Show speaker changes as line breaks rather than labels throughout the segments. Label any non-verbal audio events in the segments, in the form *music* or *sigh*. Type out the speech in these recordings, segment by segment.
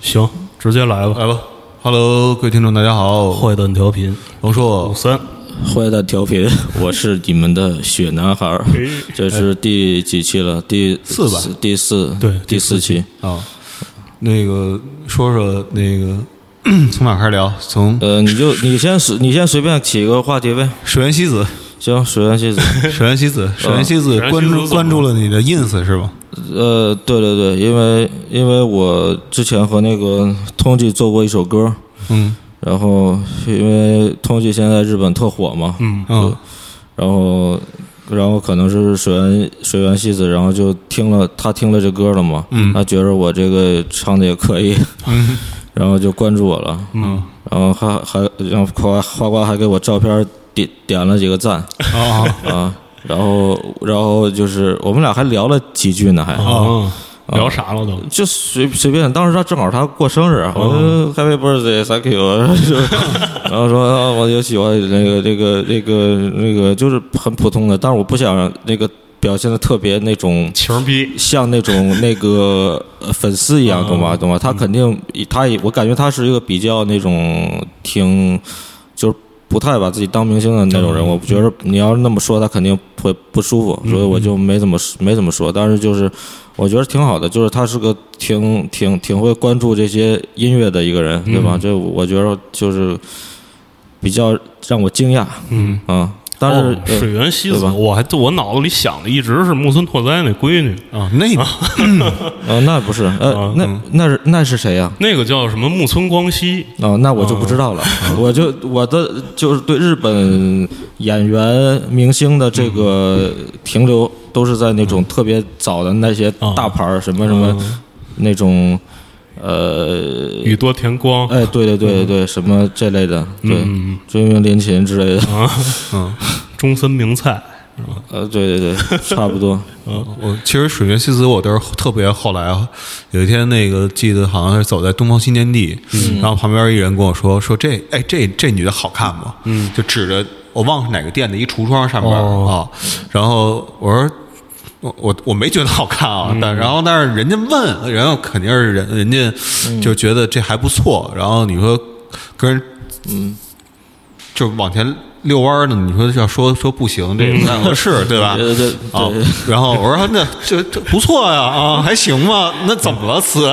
行，直接来吧。
来吧，Hello，各位听众，大家好，
坏蛋调频
王硕
五，三，
坏蛋调频，我是你们的雪男孩儿，这是第几期了？第
四吧
第四，
对
第四期。
啊，那个说说那个 *clears throat* 从哪开始聊？从
呃，你就你先随你先随便起个话题呗。
水原
*laughs*
希子，
行，水原希子。
水原希子，水原希子
呃水原希子
关
怎么
注
了
关注了你的 ins 是吧？
呃，对对对，因为因为我之前和那个通缉做过一首歌，
嗯
然后因为通缉现在日本特火嘛，
嗯，
嗯
然后然后可能是水原水原希子，然后就听了他听了这歌了嘛，
嗯
他觉得我这个唱的也可以，
嗯
然后就关注我了，
嗯
然后还还然后花花瓜还给我照片点点了几个赞
啊
啊，然后然后就是我们俩还聊了几句呢，还。
嗯
哦，聊啥了都？
就随随便，当时他正好他过生日，我说 Happy birthday，thank you，然后说啊我就喜欢那个那个那个那个，就是很普通的，但是我不想那个表现的特别那种
情逼，
像那种那个呃粉丝一样，懂
嗯
吗？懂吗？他肯定他也，我感觉他是一个比较那种挺就是不太把自己当明星的那种
嗯
人。我觉得你要是那么说，他肯定会不舒服，所以我就没怎么没怎么说。但是就是我觉得挺好的，就是他是个挺挺挺会关注这些音乐的一个
嗯
人，对吧？这我觉得就是比较让我惊讶
嗯。
啊。但是
哦
呃
水原希子，
对吧
我还我脑子里想的一直是木村拓哉那闺女，
啊，那
呃，那不是
啊
呃，那那是那是谁呀？啊
那个叫什么木村光希，
哦，那我就不知道了。嗯我就我的就是对日本演员明星的这个停留，都是在那种特别早的那些大牌儿，什么什么那种，呃，
宇多田光，
哎，对对对对对，什么这类的，对，追名林檎之类的，
中森明菜，
呃，对对 *laughs* 对，差不多。
嗯我其实水原希子，我都是特别后来啊，有一天那个记得好像是走在东方新天地，然后旁边一人跟我说说这哎这这女的好看吗？嗯，就指着我忘了是哪个店的一橱窗上面、
哦
啊，然后我说。我我我没觉得好看啊，但然后但是人家问，然后肯定是人人家就觉得这还不错，然后你说跟人就往前遛弯儿呢，你说要说说不行，这也不太合适，对吧？
对对对
啊，然后我说那这这不错呀，啊，还行吗？那怎么了，词？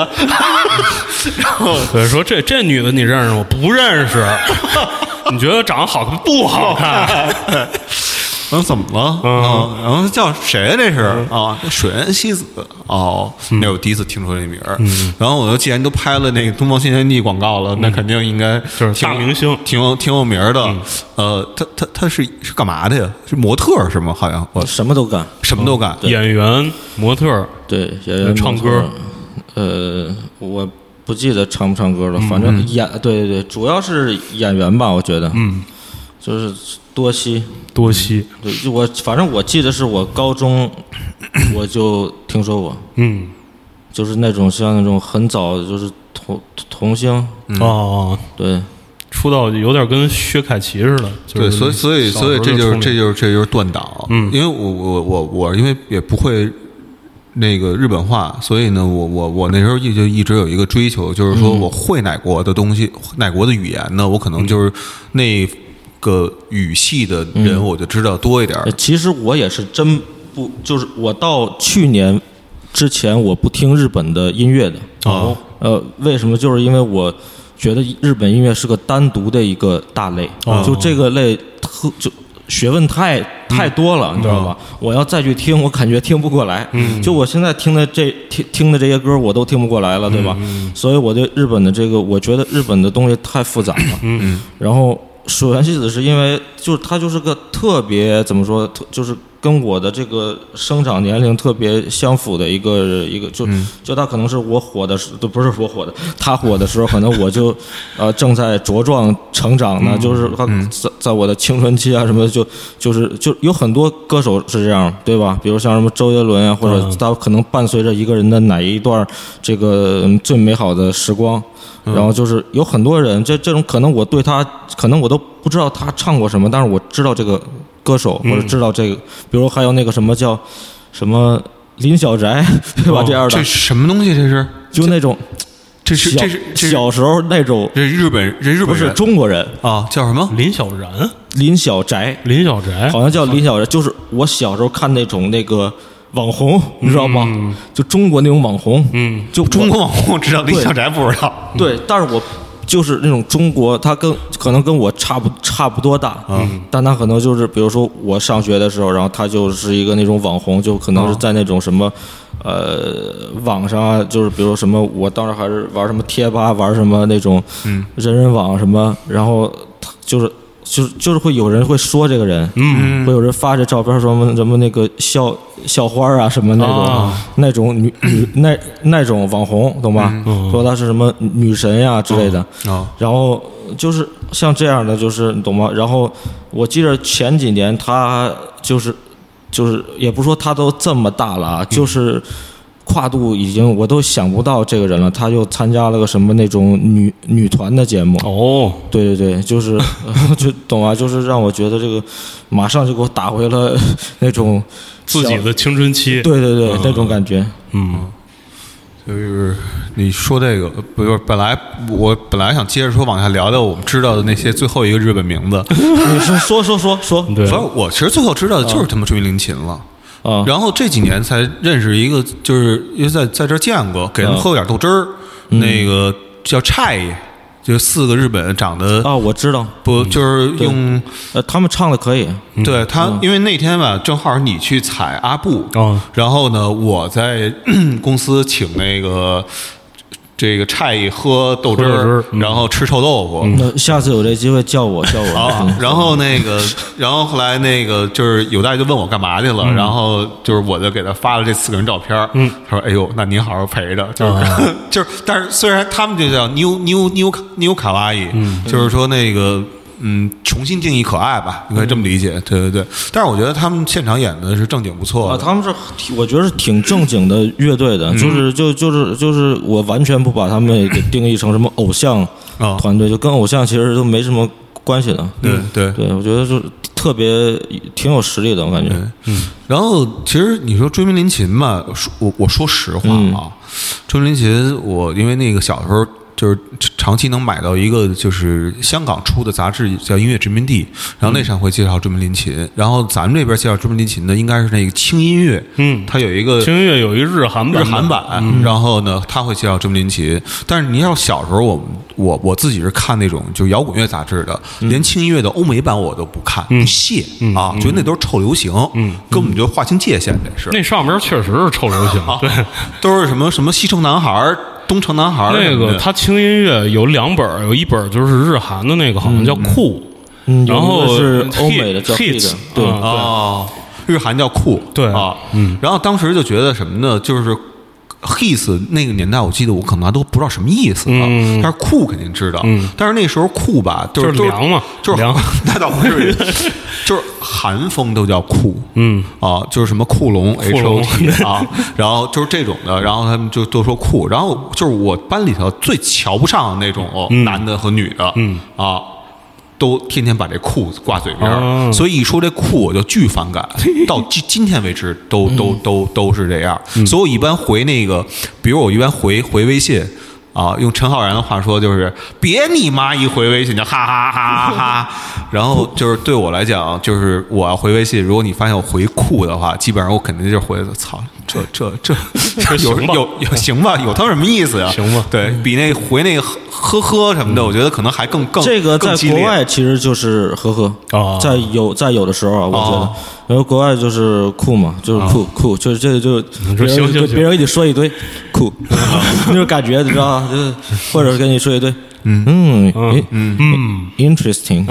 然后
对，说这这女的你认识吗？不认
*laughs*
识。你觉得长得好看不好看？
*laughs* 然后怎么了？啊，然后叫谁啊？这是啊，水原希子哦，那是我第一次听说这名儿。然后我就既然都拍了那个《东方新天地》广告了，那肯定应该
就是
挺
大明星
挺有挺有名儿的。呃，他他他是是干嘛的呀？是模特儿是吗？好像我
什么都干，
什么都干。
演员、模特儿，
对，演员
唱
模特
歌
儿，呃，我不记得唱不唱歌
嗯
了，反正演，对对对，主要是演员吧，我觉得，嗯，就是多西，
多西，
对，就我反正我记得是我高中我就听说过，
嗯，
就是那种像那种很早就是童童星，
嗯
哦，
对，
出道有点跟薛凯琪似的，就
对，
是
所以所以
小时候
所以这就
聪
是
明
这就是这就是断档，嗯，因为我我我我因为也不会那个日本话，所以呢，我我我那时候一就一直有一个追求，就是说我会哪国的东西，哪国的语言呢，我可能就是那个语系的人，我就知道多一点儿
呃，其实我也是真不，就是我到去年之前我不听日本的音乐的。
哦，
呃，为什么？就是因为我觉得日本音乐是个单独的一个大类，就这个类特就。学问太太多了，你知道吧？我要再去听，我感觉听不过来。就我现在听的这听听的这些歌，我都听不过来了，对吧？所以我对日本的这个，我觉得日本的东西太复杂了。然后水原希子是因为就是她就是个特别怎么说，特就是跟我的这个生长年龄特别相符的一个一个，就、就她可能是我火的时，都不是我火的，她火的时候，可能我就呃正在茁壮成长
嗯
呢，就是她在在我的青春期啊什么的，就就是就有很多歌手是这样，对吧？比如像什么周杰伦啊，或
嗯
者他可能伴随着一个人的哪一段这个嗯最美好的时光。
嗯
然后就是有很多人，这这种可能我对他，可能我都不知道他唱过什么，但是我知道这个歌手，或
嗯
者知道这个，比如还有那个什么叫什么林小宅，对吧？这样的
哦这，是什么东西？这是
就那种
这是
小
这是这是
小时候那种
这日本这日
不
本
是
人
中国人
啊，叫什么？
林小然，
林小宅，
林小宅，
好像叫林小人，就是我小时候看那种那个网红，你知道吗？就中国那种网红，嗯，就我
嗯中 *laughs* 国网红哦知道，林小宅不知道。
对，但是我就是那种中国，他跟可能跟我差不差不多大，嗯，但他可能就是比如说我上学的时候，然后他就是一个那种网红，就可能是在那种什么。呃，网上啊，就是比如什么，我当时还是玩什么贴吧，玩什么那种，嗯，人人网什么，然后他就是就是就是会有人会说这个人，嗯，会有人发这照片说什么什么那个校校花啊什么那种、
啊
*clears throat* 那种女
*clears throat*
女那那种网红懂吧？
嗯
说她是什么女神呀、之类的，
哦
啊
然后就是像这样的就是你懂吗？然后我记得前几年她就是就是也不是说她都这么大了
嗯
啊，就是。跨度已经我都想不到这个人了，她又参加了个什么那种女女团的节目，
哦，
对对对，就是 *laughs* 就懂啊，就是让我觉得这个马上就给我打回了那种
自己
小
的青春期，
对对对、那种感觉。
嗯，
就是你说这个，不是本来我本来想接着说往下聊聊我们知道的那些最后一个日本名字，
你是说说说说
对，嗯
反正我其实最后知道的就是他妈追林琴了。
啊？
然后这几年才认识一个，就是因为在在这儿见过，给他们喝点豆汁儿，
嗯
那个叫菜，就四个日本长得
嗯
啊，我知道，
不就是用
呃，他们唱的可以，
对他，因为那天吧，正好是你去采阿布
嗯哦，
然后呢，我在公司请那个这个菜喝豆汁
喝豆汁
儿
儿，嗯
然后吃臭豆腐，
那下次有这机会叫我叫我。*laughs*
嗯啊
嗯，
然后那个，然后后来那个就是有大爷就问我干嘛去了，然后就是我就给他发了这四个人照片，嗯，他说：“哎呦，那您好好陪着。”就是、 *laughs* 就是，但是虽然他们就叫 new new new new 卡哇伊，就是说那个嗯，重新定义可爱吧，你可以这么理解，对对对。但是我觉得他们现场演的是正经不错
啊，
的，
他们是挺，我觉得是挺正经的乐队
嗯
的，就是就就是就是我完全不把他们给定义成什么偶像
啊
团队，就跟偶像其实都没什么关系的。嗯
对对。
对，我觉得就是特别挺有实力的，我感觉。
然后其实你说追名林琴嘛，说我我说实话啊，追名林琴，我因为那个小时候就是长期能买到一个就是香港出的杂志叫《音乐殖民地》，然后那上会介绍追名林琴，然后咱们这边介绍追名林琴的应该是那个轻音乐，
嗯
它有一个
轻音乐有一日韩版，
日韩，版，嗯然后呢，他会介绍周林琴。但是你要小时候我，们我我自己是看那种就摇滚乐杂志的，
嗯
连轻音乐的欧美版我都不看，不屑啊，觉得那都是臭流行，根本就划清界限，这是
嗯那上边确实是臭流
*laughs*
行，对，
都是什么什么西城男孩儿、东城男孩儿什
那
么的
个他轻音乐有两本儿，有一本儿就是日韩的那个，好像叫酷，
嗯，有
然
一个
后
是欧美的叫
hit，啊
Hit，对，啊
哦，日韩叫酷，
对
啊，嗯，然后当时就觉得什么呢？就是 his 那个年代，我记得我可能还都不知道什么意思啊，
嗯
但是酷肯定知道，
嗯
但是那时候酷吧，就是
就是凉嘛
就是
凉，
*laughs* 那倒
*laughs*
不至于，就是韩风都叫酷，
嗯，
啊，就是什么酷龙
酷龙
HOT 啊，然后就是这种的，然后他们就都说酷，然后就是我班里头最瞧不上的那种、哦男的和女的，
嗯
啊，都天天把这酷挂嘴边儿，
哦
所以一说这酷我就巨反感，到今今天为止都都都都是这样，所以我一般回那个，比如我一般回回微信。啊，用陈浩然的话说就是别你妈一回微信就哈哈哈哈哈，然后就是对我来讲，就是我要回微信，如果你发现我回酷的话，基本上我肯定就是回操这这这有
行吧
有有行吧，有他妈什么意思呀？
行吧
对比那回那个呵呵什么的，我觉得可能还更更
这个
更
在
激
国
烈
外其实就是呵呵，
哦
在有在有的时候啊，我觉
哦
得，然后国外就是酷嘛，就是酷酷，就是这个就
说
别人
行行
就
行
别人给你说一堆酷， *laughs* 那种感觉你知道吧？就是或者跟你说一堆，嗯嗯嗯，interesting，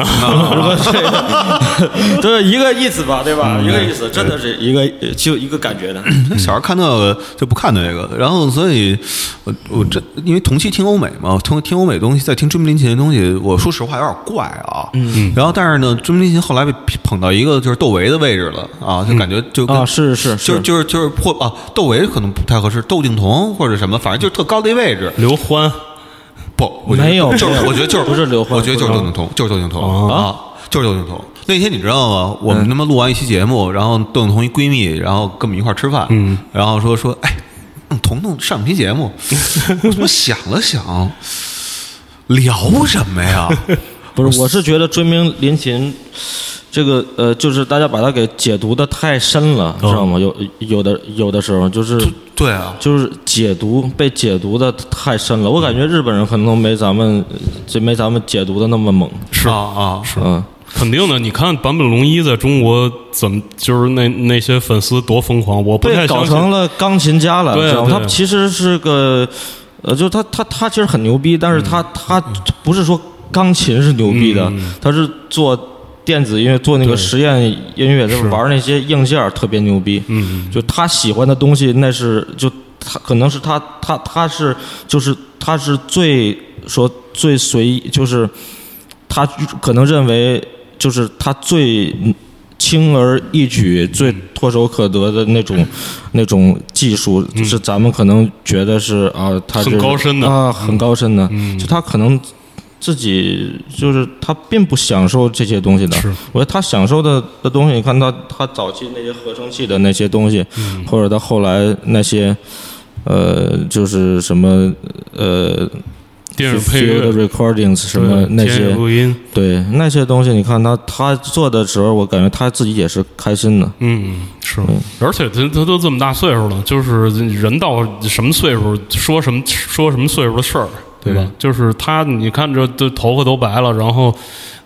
就是一个意思吧，对吧？一个意思，真的是一个就一个感觉的。
小时候看那个就不看那个，然后所以，我我这因为同期听欧美嘛，听听欧美东西，在听追林琴的东西，我说实话有点怪啊。嗯。然后但是呢，追林琴后来被捧到一个就是窦唯的位置了啊，就感觉就跟
啊是是
就是就是就是破啊，窦唯可能不太合适，窦靖童或者什么，反正就是特高的一位置。
刘欢，
不，我觉得
没有
就
没
是
有
我觉得就是
不是刘欢
我觉得就是窦靖童，就是窦靖童啊，就是窦靖童。那天你知道吗？我
嗯
们他
嗯
妈录完一期节目，然后窦靖童一闺蜜，然后跟我们一块儿吃饭，然后说说，哎，嗯彤彤上期节目， *laughs* 我他妈想了想，聊什么呀？
不是，我是觉得追名林琴这个呃，就是大家把它给解读的太深了，知道吗？有有的有的时候就是
对啊，
就是解读被解读的太深了，我感觉日本人可能都没咱们这没咱们解读的那么猛，
是啊啊，是
嗯。
肯定的，你看坂本龙一在中国怎么就是那那些粉丝多疯狂，我不太
被搞
相信。
成了钢琴家了，
对
知道吗？
对
他其实是个，呃，就是他他他其实很牛逼，但是
嗯
他、他不是说钢琴是牛逼的，他是做电子音乐，做那个实验音乐，就是玩那些硬件儿特别牛逼。嗯，就他喜欢的东西，那是就他可能是他他他是就是他是最说最随意，就是他可能认为就是他最轻而易举、最
嗯
唾手可得的那
*laughs*
种、那种技术，就是咱们可能觉得是啊，他
嗯很
这个
高深的嗯
啊，很高深的，就他可能自己就是他并不享受这些东西的。我觉得他享受的的东西，你看他他早期那些合成器的那些东西，
嗯
或者他后来那些。呃，就是什么呃，
电影配乐
的 recordings 什么
对
那
田野
些，
录音，
对那些东西，你看他他做的时候，我感觉他自己也是开心的。
嗯，是，而且他他都这么大岁数了，就是人到什么岁数说什么说什么岁数的事儿，对吧？就是他，你看这这头发都白了，然后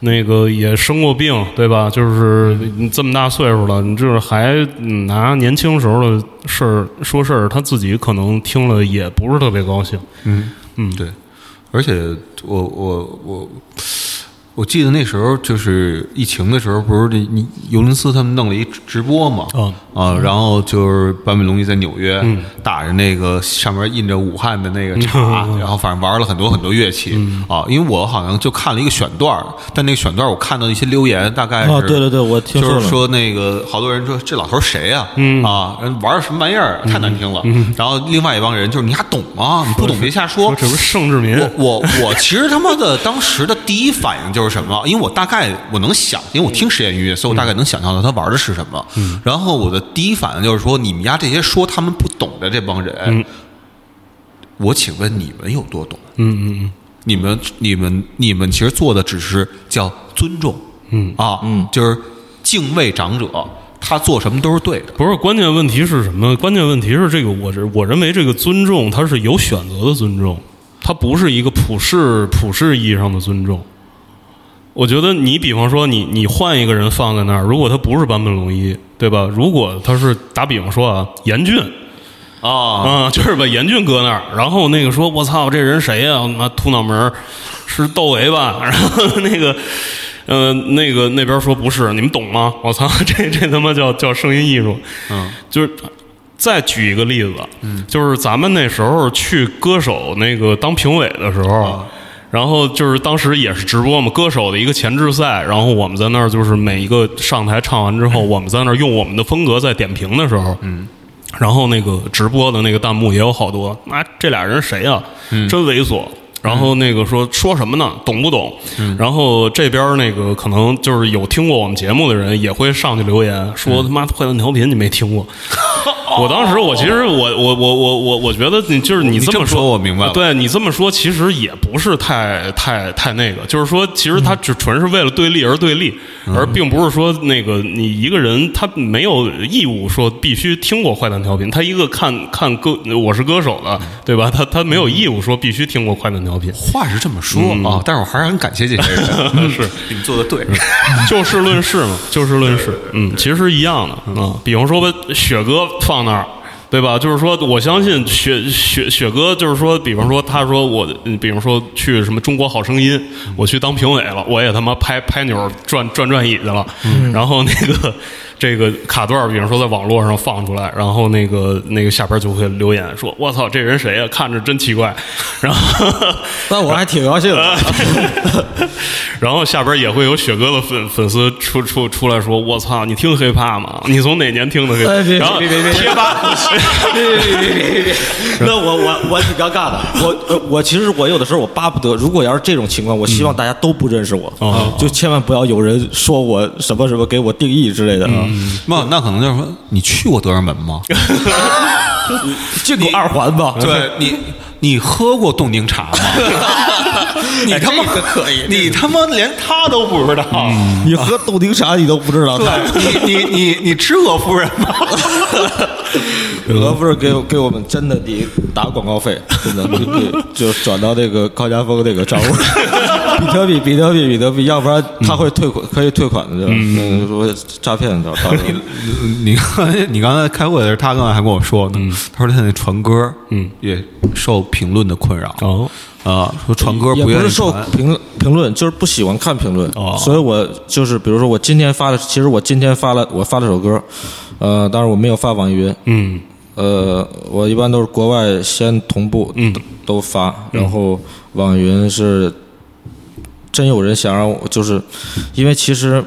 那个也生过病，对吧？就是你这么大岁数了，你就是还嗯拿年轻时候的事儿说事儿，他自己可能听了也不是特别高兴。
嗯，对，而且我我我我记得那时候就是疫情的时候，不是这你尤伦斯他们弄了一直直播嘛，
嗯
啊，然后就是坂本龙一在纽约、
嗯
打着那个上面印着武汉的那个
嗯
茶，然后反正玩了很多很多乐器、啊，因为我好像就看了一个选段儿，但那个选段儿我看到一些留言，大概是、
哦对对对我听说
就
了
是说那个好多人说这老头儿谁呀、啊？
嗯
玩的什么玩意儿，太难听了。然后另外一帮人就是你还懂吗？你不懂别瞎
说这不是盛志民， *laughs*
我我我其实他妈的当时的第一反应就是什么？因为我大概我能想，因为我听实验音乐，所以我
嗯
大概能想象到他玩的是什么。然后我的第一反应就是说，你们家这些说他们不懂的这帮人，我请问你们有多懂？
嗯嗯
你们你们你们其实做的只是叫尊重，
嗯
啊，嗯，就是敬畏长者，他做什么都是对的
嗯，。不是关键问题是什么？关键问题是这个，我是我认为这个尊重，它是有选择的尊重，它不是一个普世普世意义上的尊重。我觉得你比方说你你换一个人放在那儿，如果他不是坂本龙一，对吧？如果他是打比方说啊，严俊，
啊，
啊、就是把严俊搁那儿，然后那个说：“我操，这人谁呀、妈秃脑门儿，是窦唯吧？” *laughs* 然后那个，呃，那个那边说不是，你们懂吗？我操，这这他妈叫叫声音艺术。嗯， *laughs* 就是再举一个例子，嗯，就是咱们那时候去歌手那个当评委的时候。然后就是当时也是直播嘛，歌手的一个前置赛，然后我们在那儿就是每一个上台唱完之 *laughs* 后，我们在那儿用我们的风格在点评的时候，嗯，然后那个直播的那个弹幕也有好多，啊，这俩人谁呀、真猥琐。然后那个说说什么呢？懂不懂？然后这边那个可能就是有听过我们节目的人也会上去留言说他妈坏蛋调频你没听过。
哦
我当时我其实我我我我我我觉得你就是你
你这
么
么说我明白了
对你这么说其实也不是太太太那个，就是说其实他只纯是为了对立而对立，
嗯
而并不是说那个你一个人他没有义务说必须听过坏蛋调频，他一个看看歌我是歌手的
嗯
对吧？他他没有义务说必须听过坏蛋调频，
话是这么说
嗯
啊，但是我还是很感谢这些
*laughs*
人，是你们做的 *laughs* 对。
就事论事嘛，就事论事，嗯，其实是一样的啊。比方说把雪哥放那儿，对吧？就是说，我相信雪雪雪哥，就是说，比方说，他说我，嗯比方说去什么中国好声音，我去当评委了，我也他妈拍拍钮儿转转转椅去了，然后那个。这个卡段儿，比方说在网络上放出来，然后那个那个下边就会留言说：“我操，这人谁呀、看着真奇怪。”然后
但我还挺高兴的，
*laughs* 然后下边也会有雪哥的粉粉丝出出出来说：“我操，你听 hiphop 吗？你从哪年听的 hiphop？”
哎别
然后
别别别别
贴吧，
*laughs* 别别别别别别！那我我我挺尴尬的，我呃我其实我有的时候我巴不得，如果要是这种情况，我希望大家都不认识我，啊就千万不要有人说我什么什么给我定义之类的。啊
那那可能就是说，你去过德胜门吗？
这个二环吧，
*laughs* 对你，你喝过冻柠 *laughs* 茶吗？你他妈哎可以，你他妈连他都不知道。
*laughs* 你喝冻柠茶你都不知道，
对你，你你你吃俄夫人吗？
俄夫人给我给我们真的得打广告费，真的就就转到那个高家峰那个账户， *laughs* 比特币比特币比特币，要不然他会退款，可以退款的，就是嗯，说诈骗的，到时候
*laughs* 你刚你刚才开会的时候，他刚才还跟我说呢，他说他那传歌，嗯，也受评论的困扰。
哦，
啊，说传歌
也
不
不
愿意
是受
传
评论评论，就是不喜欢看评论，
哦
所以我就是比如说我今天发的，其实我今天发了我发了首歌，呃，当然我没有发网易云，
嗯
呃，我一般都是国外先同步，嗯，都发，然后网易云是真有人想让我，就是因为其实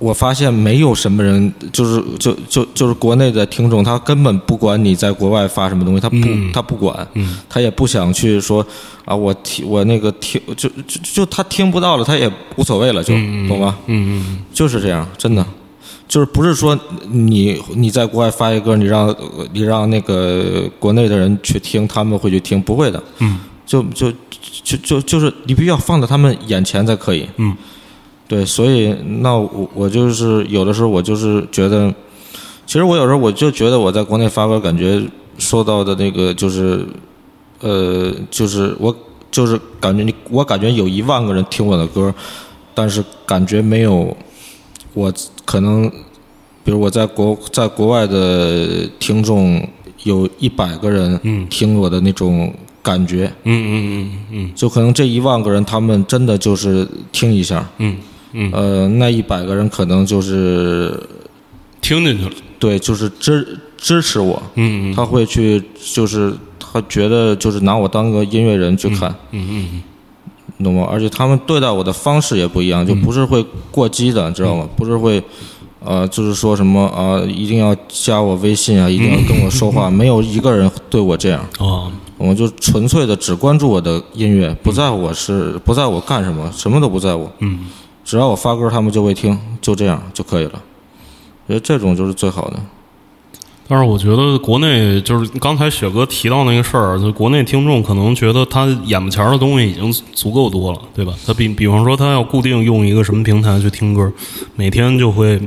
我发现没有什么人，就是就就就是国内的听众，他根本不管你在国外发什么东西，他不、
嗯
他不管，他也不想去说啊，我听我那个听就就就他听不到了，他也无所谓了，就、懂吗？
嗯
就是这样，真的，就是不是说你你在国外发一歌，你让你让那个国内的人去听，他们会去听，不会的，嗯，就就就就就是你必须要放到他们眼前才可以，
嗯，
对，所以那我我就是有的时候我就是觉得，其实我有时候我就觉得我在国内发歌，感觉受到的那个就是，呃，就是我就是感觉你我感觉有一万个人听我的歌，但是感觉没有我可能，比如我在国在国外的听众有一百个人听我的那种感觉，
嗯嗯嗯嗯
就可能这一万个人他们真的就是听一下，
嗯嗯，
呃，那一百个人可能就是
听进去了，
对，就是支支持我，
嗯嗯
他会去就是他觉得就是拿我当个音乐人去看，
嗯嗯
你懂吗？而且他们对待我的方式也不一样，就
嗯
不是会过激的，知道吗？不是会，呃，就是说什么啊、呃一定要加我微信啊，一定要跟我说话，没有一个人对我这样，
嗯哦，
我就纯粹的只关注我的音乐，不在乎我是不在乎我干什么，什么都不在乎，
嗯
只要我发歌，他们就会听，就这样就可以了。我觉得这种就是最好的。
但是我觉得国内就是刚才雪哥提到那个事儿，就国内听众可能觉得他眼巴前儿的东西已经足够多了，对吧？他比比方说他要固定用一个什么平台去听歌，每天就会。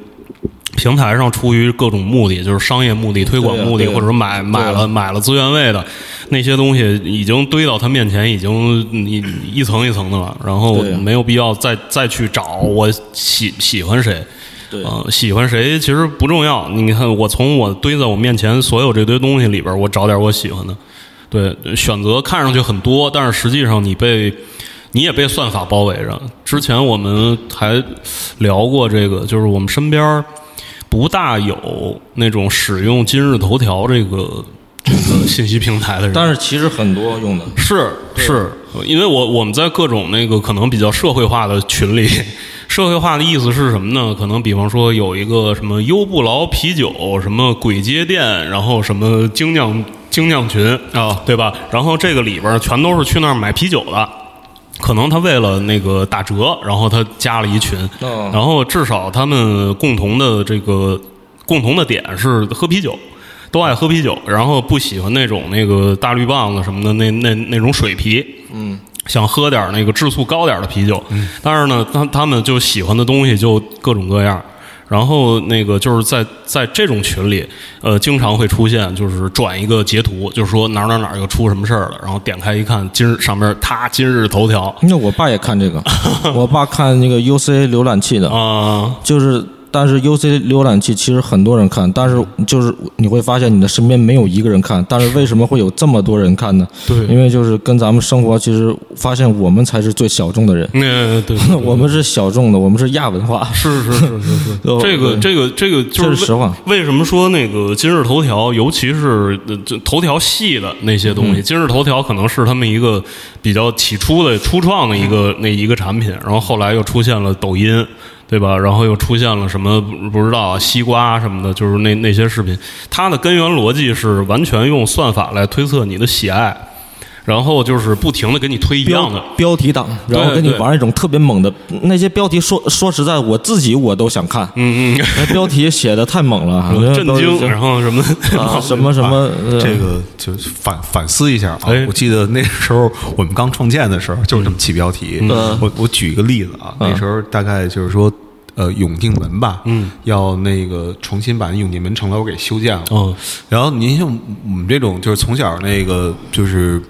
平台上出于各种目的，就是商业目的、推广
对啊
目的，
对啊
或者说买买了买了资源位的那些东西，已经堆到他面前，已经一一层一层的了。然后
对啊
没有必要再再去找我喜喜欢谁，
对
啊、喜欢谁其实不重要。你看，我从我堆在我面前所有这堆东西里边，我找点我喜欢的。对，选择看上去很多，但是实际上你被你也被算法包围着。之前我们还聊过这个，就是我们身边儿不大有那种使用今日头条这个这个信息平台的人，
但是其实很多用的，
*laughs* 是是，因为我我们在各种那个可能比较社会化的群里， *laughs* 社会化的意思是什么呢？可能比方说有一个什么优布劳啤酒，什么鬼街店，然后什么精酿精酿群啊，对吧？然后这个里边儿全都是去那儿买啤酒的。可能他为了那个打折，然后他加了一群，
哦
然后至少他们共同的这个共同的点是喝啤酒，都爱喝啤酒，然后不喜欢那种那个大绿棒子什么的那那那种水啤，嗯，想喝点儿那个质素高点儿的啤酒，但是呢，他他们就喜欢的东西就各种各样。然后那个就是在在这种群里，呃，经常会出现就是转一个截图，就是说哪儿哪儿哪儿又出什么事儿了，然后点开一看，今日上面他今日头条
那我爸也看
*laughs*
这个，我爸看那个 UC 浏览器的
啊、
就是，但是 UC 浏览器其实很多人看，但是就是你会发现你的身边没有一个人看，但是为什么会有这么多人看呢？
对
因为就是跟咱们生活其实发现我们才是最小众的人，
那对，
我们是小众的，我们是亚文化。
是是是是是，这个这个这个就
呃这
是
是实话。
为什么说那个今日头条，尤其是呃就头条系的那些
嗯
东西，今日头条可能是他们一个比较起初的初创的一个
嗯
那一个产品，然后后来又出现了抖音，对吧？然后又出现了什么不不知道啊西瓜什么的，就是那那些视频，它的根源逻辑是完全用算法来推测你的喜爱。然后就是不停的给你推一样的
标。标题党，然后
对
跟你
对
玩一种特别猛的那些标题说，说实在，我自己我都想看。嗯嗯，那标题写的太猛了，我觉
*laughs*
得
震
都是
惊，然后什么的， *laughs*
啊什么什么呃
这个就反反思一下啊
哎！
我记得那时候我们刚创建的时候，就是这么起标题。我我举一个例子啊，那时候大概就是说，呃，永定门吧，嗯，要那个重新把永定门城楼给修建了。
哦，
然后您像我们这种就是从小那个就是。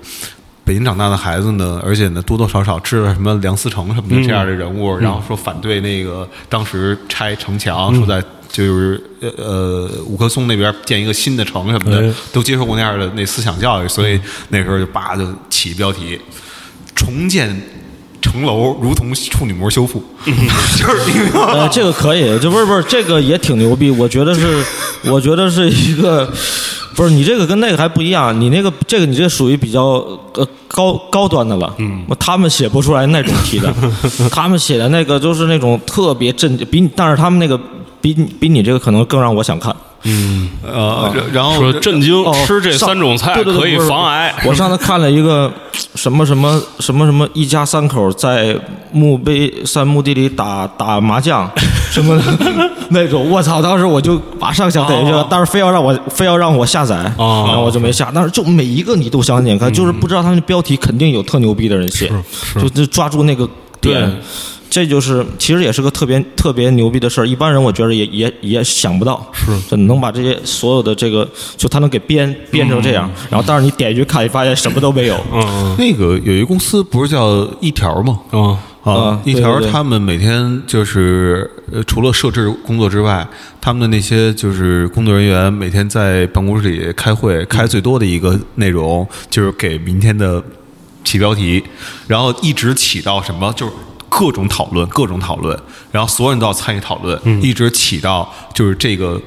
北京长大的孩子呢，而且呢多多少少知道什么梁思成什么的这样的人
嗯
物，然后说反对那个当时拆城墙，说在就是呃呃五棵松那边建一个新的城什么的，
哎
都接受过那样的那思想教育，所以那时候就叭就起标题，重建城楼如同处女膜修复，
嗯
就是因为
呃，这个可以，这不是不是这个也挺牛逼，我觉得是，我觉得是一个，不是你这个跟那个还不一样，你那个这个你这属于比较呃高高端的了，嗯，他们写不出来那种题的，他们写的那个就是那种特别震惊，比你，但是他们那个比你比你这个可能更让我想看。
呃，然后
说震惊
哦，，
吃这
上
三种菜
对对对
可以
不是
防癌。
我上次看了一个什么什么什么什么一家三口在墓碑山墓地里打打麻将什么的 *laughs* 那种，我操！当时我就马上想点一下
哦，
但是非要让我非要让我下载，
哦嗯
然后我就没下。但是就每一个你都想点开，就是不知道他们的标题肯定有特牛逼的人写，就就抓住那个点
对。
这就是，其实也是个特别特别牛逼的事儿，一般人我觉得也也也想不到，是真的能把这些所有的这个，就他能给编编成这样，然后但是你点进去看，你发现什么都没有，
嗯
那个有一个公司不是叫一条吗？
嗯嗯，
啊
啊，
一
对
条
对对
他们每天就是呃，除了设置工作之外，他们的那些就是工作人员每天在办公室里开
嗯
会，开最多的一个内容就是给明天的起标题，然后一直起到什么就是。各种讨论，各种讨论，然后所有人都要参与讨论，
嗯
一直起到就是这个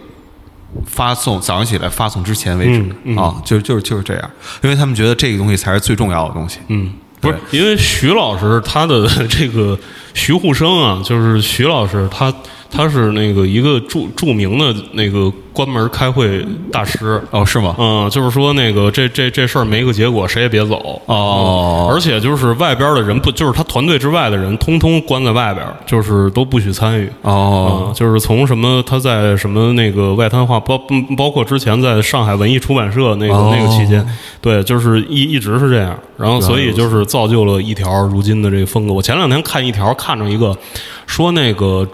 发送早上起来发送之前为止、
嗯
啊，就就是就是这样，因为他们觉得这个东西才是最重要的东西。嗯，
不是，因为徐老师他的 *laughs* 这个徐沪生啊，就是徐老师他他是那个一个著著名的那个关门开会大师。
哦，是吗？
嗯，就是说那个这这这事儿没个结果，谁也别走
哦
嗯而且就是外边的人不，就是他团队之外的人，通通关在外边，就是都不许参与。
哦
嗯就是从什么他在什么那个外滩画包嗯包括之前在上海文艺出版社那个、
哦
那个期间，对，就是一一直是这样，然后所以就是造就了一条如今的这个风格。我前两天看一条，看着一个说那个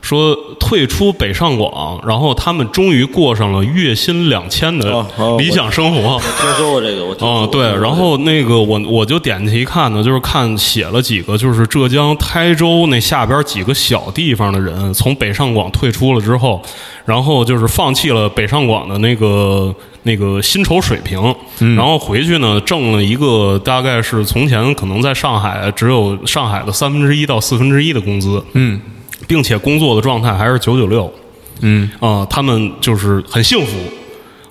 说退出北上广，然后他们终于过上了月薪两千的
哦哦
理想生活。
听说过这个，我听
嗯，对，然后那个我我就点进去一看呢，就是看写了几个，就是浙江台州那下边几个小地方的人，从北上广退出了之后，然后就是放弃了北上广的那个那个薪酬水平，然后回去呢挣了一个大概是从前可能在上海只有上海的三分之一到四分之一的工资，
嗯，
并且工作的状态还是九九六，
嗯
啊、他们就是很幸福。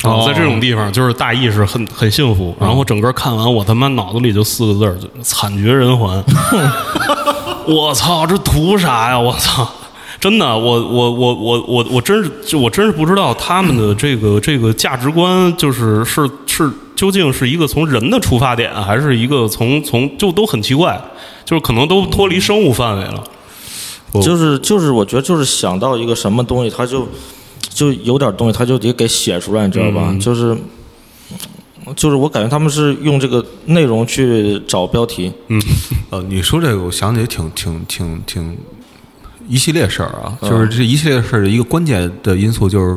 啊、
哦
在这种地方，就是大意是很很幸福。然后整个看完，我他妈脑子里就四个字儿，就惨绝人 *laughs* 寰。我操，这图啥呀？我操！真的，我我我我我我真是，就我真是不知道他们的这个这个价值观，就是是是究竟是一个从人的出发点，还是一个从从就都很奇怪，就是可能都脱离生物范围了。
就是就是，我觉得就是想到一个什么东西，他就就有点东西，他就得给写出来，你知道吧？就是就是，我感觉他们是用这个内容去找标题，
呃，你说这个，我想起挺挺挺挺一系列事儿啊，就是这一系列事儿的一个关键的因素就是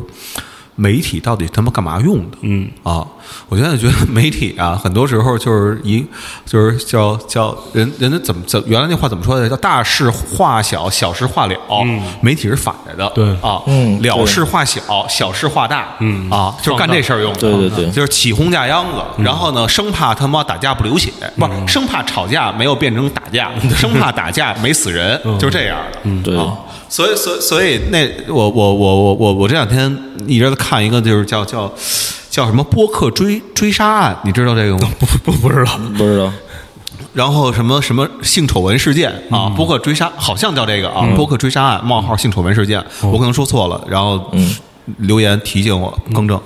媒体到底他妈干嘛用的？嗯啊，我现在觉得媒体啊，很多时候就是一就是叫叫人人家怎么怎原来那话怎么说的？叫大事化小，小事化了。媒体是反着的，
对
啊，
嗯
了
对
事化小，小事化大，嗯啊，就是干
放大
这事儿用的，
对对对
就是起哄架秧子，然后呢，生怕他妈打架不流血，不是生怕吵架没有变成打架，生怕打架没死人，就是这样的。
对。
所以，所以所以那我我我我我我这两天一直在看一个，就是叫叫叫什么播客追追杀案，你知道这个吗？
不不不知道，
不知道，
然后什么什么性丑闻事件
嗯
啊，播客追杀，好像叫这个啊，播客追杀案冒号性丑闻事件，
哦
我可能说错了，然后留
嗯
言提醒我更正。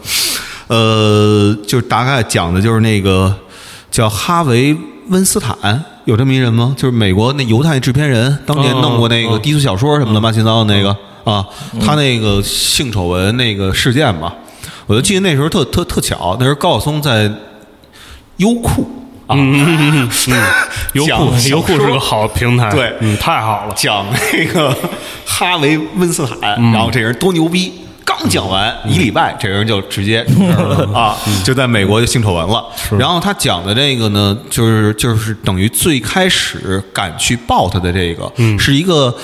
呃，就是大概讲的就是那个叫哈维·温斯坦，有这么一人吗？就是美国那犹太制片人，当年弄过那
哦哦嗯
个低俗小说什么的乱七八糟的那个啊，他那个性丑闻那个事件嘛，我就记得那时候特特特巧，那时候高晓松在优酷啊，
嗯
*laughs*
优
讲
酷
小
优酷是
说
个好平台，
对
嗯，太好了，
讲那个哈维·温斯坦，然后这人多牛逼。刚讲完一礼拜，这人就直接出事儿了啊，就在美国就性丑闻了。然后他讲的这个呢，就是就是等于最开始敢去爆他的这个，是一个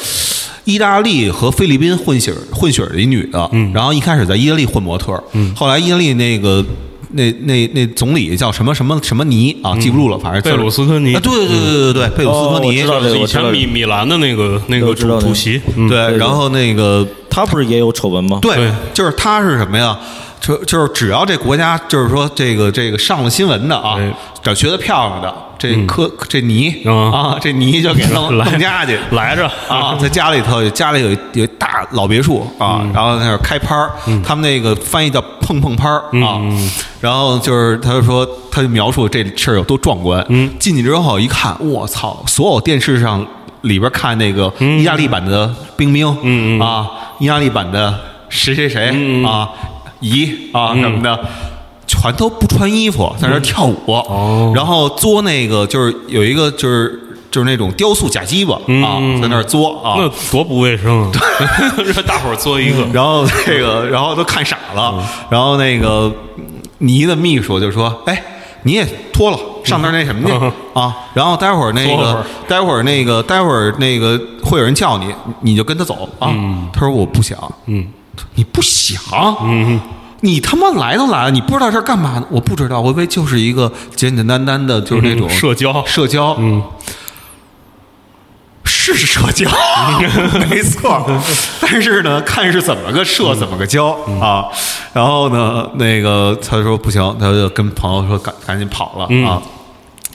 意大利和菲律宾混血儿混血儿的一女的，然后一开始在意大利混模特儿，后来意大利那个。那那那总理叫什么什么什么尼啊，记不住了，反正字儿
贝鲁斯科尼
啊，对对对对对对，贝鲁斯科
哦我
尼
知，道这个
以
我知道
前米米兰的那个那个
我知道
主
那个
主席，嗯，
对，然后那个
他不是也有丑闻吗？
对，
对
就是他是什么呀？就就是只要这国家就是说这个这个上了新闻的啊
哎，
只要学得漂亮的，这科这泥
嗯
啊，这泥就给
*laughs*
弄 *laughs*
来
弄家去。
来着
啊，
*laughs*
在家里头，家里有一有一大老别墅啊，然后在那儿开拍儿，他们那个翻译叫“碰碰拍儿”啊，然后就是他就说，他就描述这事儿有多壮观。进去之后一看，我操，所有电视上里边看那个意大利版的冰冰，啊，意大利版的谁谁谁、啊，姨啊、什么的。全都不穿衣服，在那儿跳舞，然后作那个就是有一个就是就是那种雕塑假鸡巴、啊，在那儿作啊，
嗯那多不卫生啊！ *laughs* 让大伙儿做一个，
然后这个， *laughs* 然后都看傻了，
嗯
然后那个尼的秘书就说：“哎，你也脱了，上那儿那什么去、啊？然后待会儿那
脱嗯会儿
个，待会儿那个，待会儿那个会有人叫你，你就跟他走啊。他说：“我不想。”嗯，你不想？嗯。你他妈来都来了，你不知道这儿干嘛呢？我不知道，我以为就是一个简简单单的，就是那种
嗯社交
社交，嗯，是社交，没错。但是呢，看是怎么个社，怎么个交啊。然后呢，那个他说不行，他就跟朋友说赶赶紧跑了啊。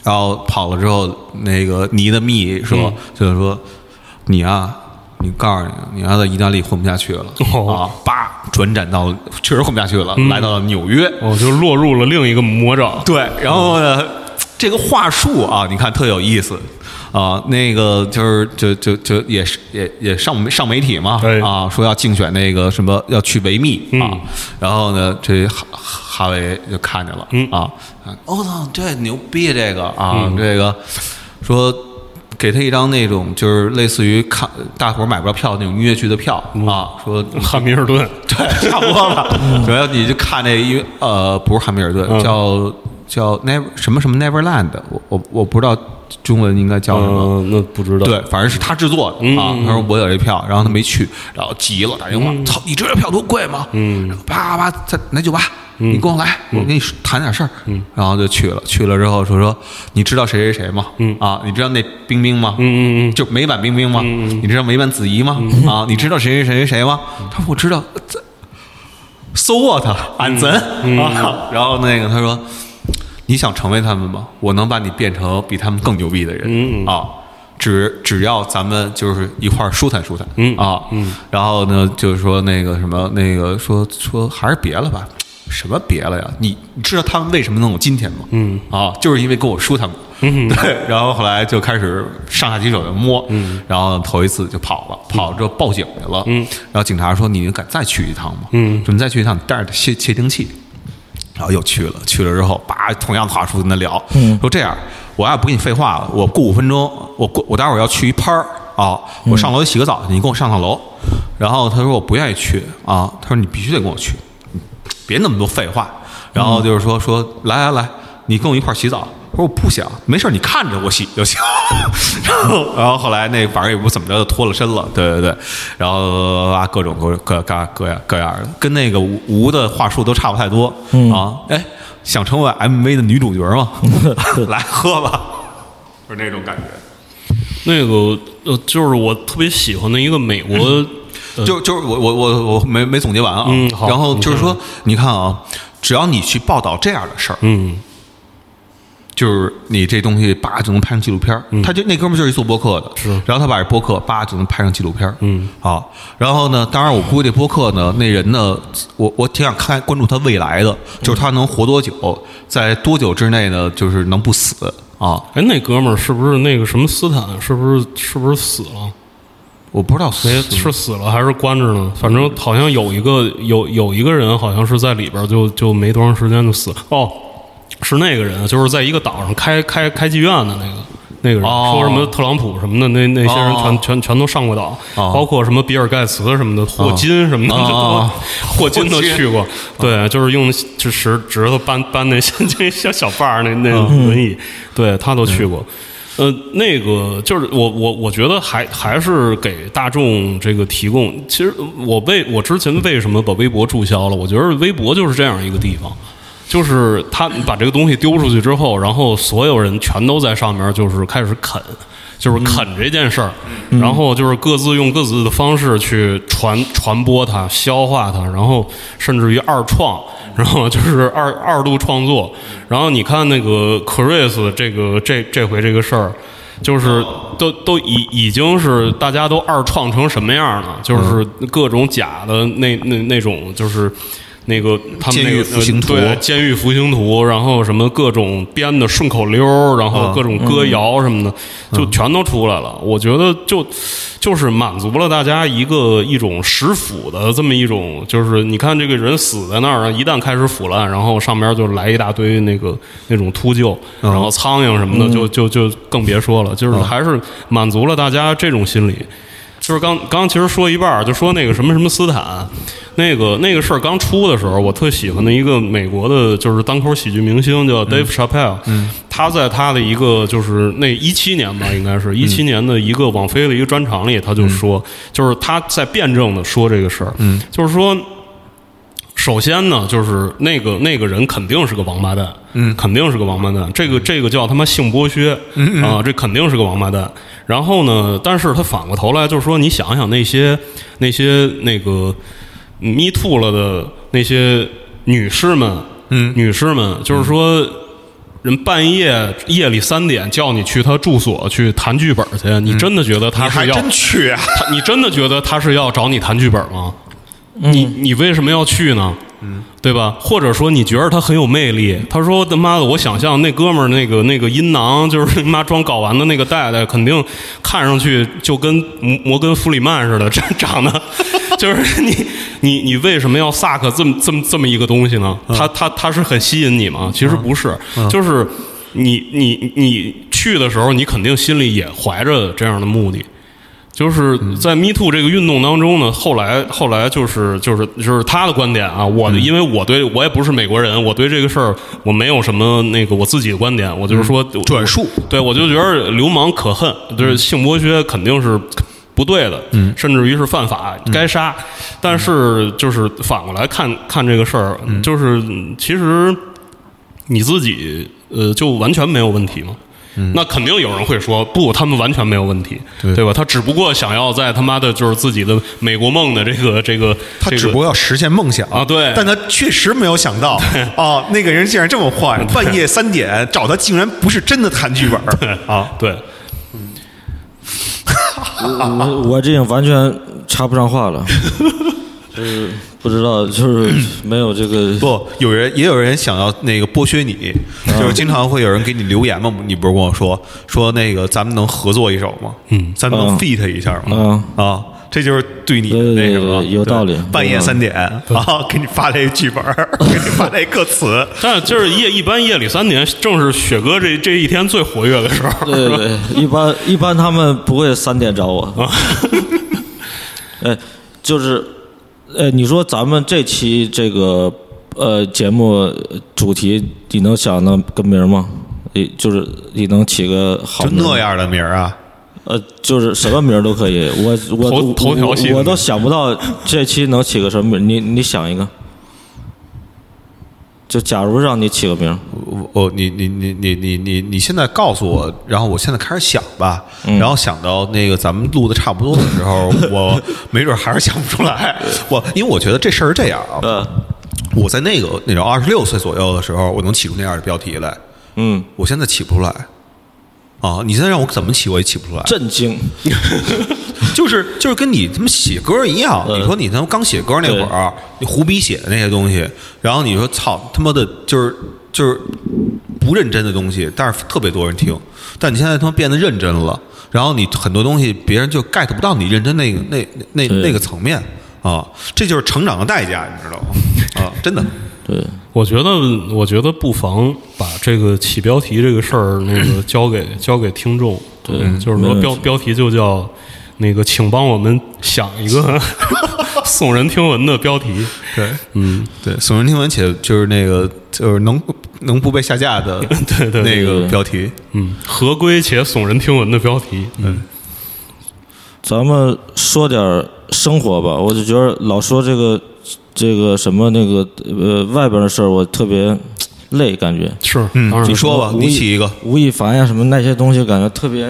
然后跑了之后，那个尼的密说，就是说你啊。你告诉你，你要在意大利混不下去了、
哦
啊！叭，转展到确实混不下去了，来到了纽约。
我哦就落入了另一个魔掌。
对，然后呢，这个话术啊，你看特有意思啊。那个就是就就就也是也也上媒上媒体嘛
对
啊，说要竞选那个什么要去维密啊。然后呢，这哈哈维就看见了、啊，哦操，这牛逼这个啊、这个说。给他一张那种就是类似于看大伙儿买不着票那种音乐剧的票、啊，说
嗯
汉密尔顿，
*laughs* 对，差不多了。主要你就看那一呃，不是汉密尔顿，叫叫 Never 什么什么 Neverland，我我我不知道中文应该叫什么。
嗯，那不知道。
对，反正是他制作的、啊。他说我有这票，然后他没去，然后急了，打电话，操、你知道票多贵吗？嗯，然后啪啪啪，在哪酒吧？你跟我来，我跟你说谈点事儿。嗯，然后就去了，去了之后说说，你知道谁谁谁吗？嗯啊，你知道那冰冰吗？嗯嗯嗯，就嗯美版冰冰吗？你知道美版子怡吗？啊，你知道谁谁谁谁谁吗？他说我知道，呃这 so what 俺咱、啊，然后那个他说。你想成为他们吗？我能把你变成比他们更牛逼的人、啊！只只要咱们就是一块儿舒坦舒坦、啊！然后呢，就是说那个什么那个说说还是别了吧，什么别了呀？你你知道他们为什么能有今天吗？嗯啊，就是因为跟我舒坦过。 *laughs* 对，然后后来就开始上下其手的摸，然后头一次就跑了，跑了之后报警去了，然后警察说你敢再去一趟吗？嗯，说你再去一趟，你带着窃窃听器，然后又去了，去了之后，叭，同样的话术跟他聊，说这样，我啊要不跟你废话了，我过五分钟，我过我待会儿要去一拍儿啊，我上楼洗个澡去，你跟我上趟楼。然后他说我不愿意去啊，他说你必须得跟我去，别那么多废话。然后就是说说来来来，你跟我一块儿洗澡。我说我不想，没事儿，你看着我洗就行。 *laughs* 然后，然后后来那反正也不怎么着，就脱了身了。对对对，然后啊，各种各各各各样各样的，跟那个吴吴的话术都差不太多、
嗯
啊。哎，想成为 MV 的女主角吗？ *laughs* 来喝吧，就是那种感觉。
那个呃，就是我特别喜欢的一个美国，
嗯
呃
就就是我我我我没没总结完啊。
嗯好
然后就是说，你看啊，只要你去报道这样的事儿，
嗯，
就是你这东西叭就能拍成纪录片儿、他就那哥们儿就是一做播客的，嗯是，然后他把这播客叭就能拍上纪录片儿，嗯，好，然后呢，当然我估计这播客呢，那人呢，我我挺想看关注他未来的，就是他能活多久，在多久之内呢，就是能不死啊？
哎，那哥们儿是不是那个什么斯坦？是不是是不是死了？
我不知道死
没是死了还是关着呢？反正好像有一个有有一个人好像是在里边儿就就没多长时间就死了。哦，是那个人，就是在一个岛上开开开妓院的那个那个人，
哦
说什么特朗普什么的，那那些人全、
哦
全全都上过岛，
哦
包括什么比尔盖茨什么的，霍金什么的，
哦
这
哦
都 *laughs* 霍金都
霍金
去过。对，就是用就指指头搬搬那小小小把儿那那
嗯
轮椅，对他都去过。呃，那个就是我我我觉得还还是给大众这个提供。其实我为我之前为什么把微博注销了？我觉得微博就是这样一个地方，就是他把这个东西丢出去之后，然后所有人全都在上面就是开始啃，就是
嗯
啃这件事儿，然后就是各自用各自的方式去传传播它、消化它，然后甚至于二创，然后就是二二度创作。然后你看那个 Chris 这个这这回这个事儿。就是都都已已经是大家都二创成什么样了？就是各种假的那那那种，就是那个他们那
监狱
个
服刑图
呃对监狱服刑图，然后什么各种编的顺口溜儿，然后各种歌谣什么的，就全都出来了。我觉得就就是满足了大家一个一种食腐的这么一种，就是你看这个人死在那儿，一旦开始腐烂，然后上面就来一大堆那个那种秃鹫，然后苍蝇什么的，就就就更别说了，就是还是满足了大家这种心理。就是刚刚其实说一半儿，就说那个什么什么斯坦，那个那个事儿刚出的时候，我特喜欢的一个美国的，就是单口喜剧明星叫 Dave Chappelle，、他在他的一个就是那一七年吧，应该是一七年的一个网飞的一个专场里，他就说，就是他在辩证的说这个事儿，就是说。首先呢，就是那个那个人肯定是个王八蛋，嗯，肯定是个王八蛋。这个
嗯
这个叫他妈性剥削，啊，这肯定是个王八蛋。然后呢，但是他反过头来就是说，你想想那些那些那个 me too 了的那些女士们，嗯，女士们，就是说。人半夜夜里三点叫你去他住所去谈剧本去，你真的觉得他
嗯你还
是要
真去啊？
他你真的觉得他是要找你谈剧本吗？你你为什么要去呢？嗯，对吧？或者说你觉得他很有魅力？他说他妈的，我想象那哥们儿那个那个阴囊，就是 *laughs* 他妈装睾丸的那个带带，肯定看上去就跟摩摩根弗里曼似的，这长 *laughs* 得就是 *laughs* 你你你为什么要萨克这么这么这么一个东西呢？他他他是很吸引你吗？其实不是，就是你你你去的时候，你肯定心里也怀着这样的目的。就是在 Me Too 这个运动当中呢，后来后来就是就是就是他的观点啊，我的因为我对我也不是美国人，我对这个事儿我没有什么那个我自己的观点，我就是说我
转述
对我就觉得流氓可恨，就是性剥削肯定是不对的，嗯，甚至于是犯法，该杀。但是就是反过来看看这个事儿，就是嗯其实你自己呃就完全没有问题吗？那肯定有人会说，不，他们完全没有问题，
对
吧？他只不过想要在他妈的，就是自己的美国梦的这个这个，
他
这
只不
个
过要实现梦想
啊对
但他确实没有想 *laughs* 到啊，那个人竟然这么坏，半夜三点找他，竟然不是真的谈剧本儿啊！
对，
我我这经完全插不上话了， *laughs* 就是不知道，就是没有这个。
不，有人也有人想要那个剥削你，
嗯
就是经常会有人给你留言嘛。你不是跟我说说那个咱们能合作一首吗？嗯，咱们能
嗯
feat 一下吗
嗯？
啊，这就是对你的那
对
什么
对对有
对
道理
半夜
有道理
三点啊，给你发了一剧本
*laughs*
儿，给你发了一歌词，
但就是夜一般夜里三点，正是雪哥这这一天最活跃的时候，
对对，一般一般他们不会三点找我。 *laughs* 呃，就是，呃，你说咱们这期这个呃节目主题，你能想到个名儿吗？也就是你能起个好
就
名儿吗
那样的名儿啊。
呃，就是什么名儿都可以。我我
头
我
头条系的
我都想不到这期能起个什么名儿。你你想一个，就假如让你起个名儿，
我我你你你你你你你现在告诉我，然后我现在开始想吧，然后想到那个咱们录的差不多的时候，我没准还是想不出来。我因为我觉得这事儿是这样啊，
呃，
我在那个那种二十六岁左右的时候，我能起出那样的标题来。
嗯，
我现在起不出来啊！你现在让我怎么起，我也起不出来。
震惊，
就是就是跟你他妈写歌一样，
嗯
你说你他妈刚写歌那会儿，你胡逼写的那些东西，然后你说操他妈的，就是就是不认真的东西，但是特别多人听。但你现在他妈变得认真了，然后你很多东西别人就 get 不到你认真那个那那
对
那个层面啊，这就是成长的代价，你知道吗？啊，真的，
对，
*laughs* 我觉得，我觉得不妨把这个起标题这个事儿，那个交给 *coughs* 交给听众。对，就是
没
说
问
标
题
标题就叫那个，请帮我们想一个 *laughs* 耸人听闻的标题。
对，嗯，对，耸人听闻且就是那个就是能能不被下架的
对对对
那
对
个
对
标题，
嗯，合规且耸人听闻的标题。嗯，
咱们说点儿生活吧，我就觉得老说这个这个什么那个呃外边的事儿，我特别累，感觉。
是，
嗯
当然
你说吧
无
你
意
起一个
吴亦凡呀什么那些东西，感觉特别。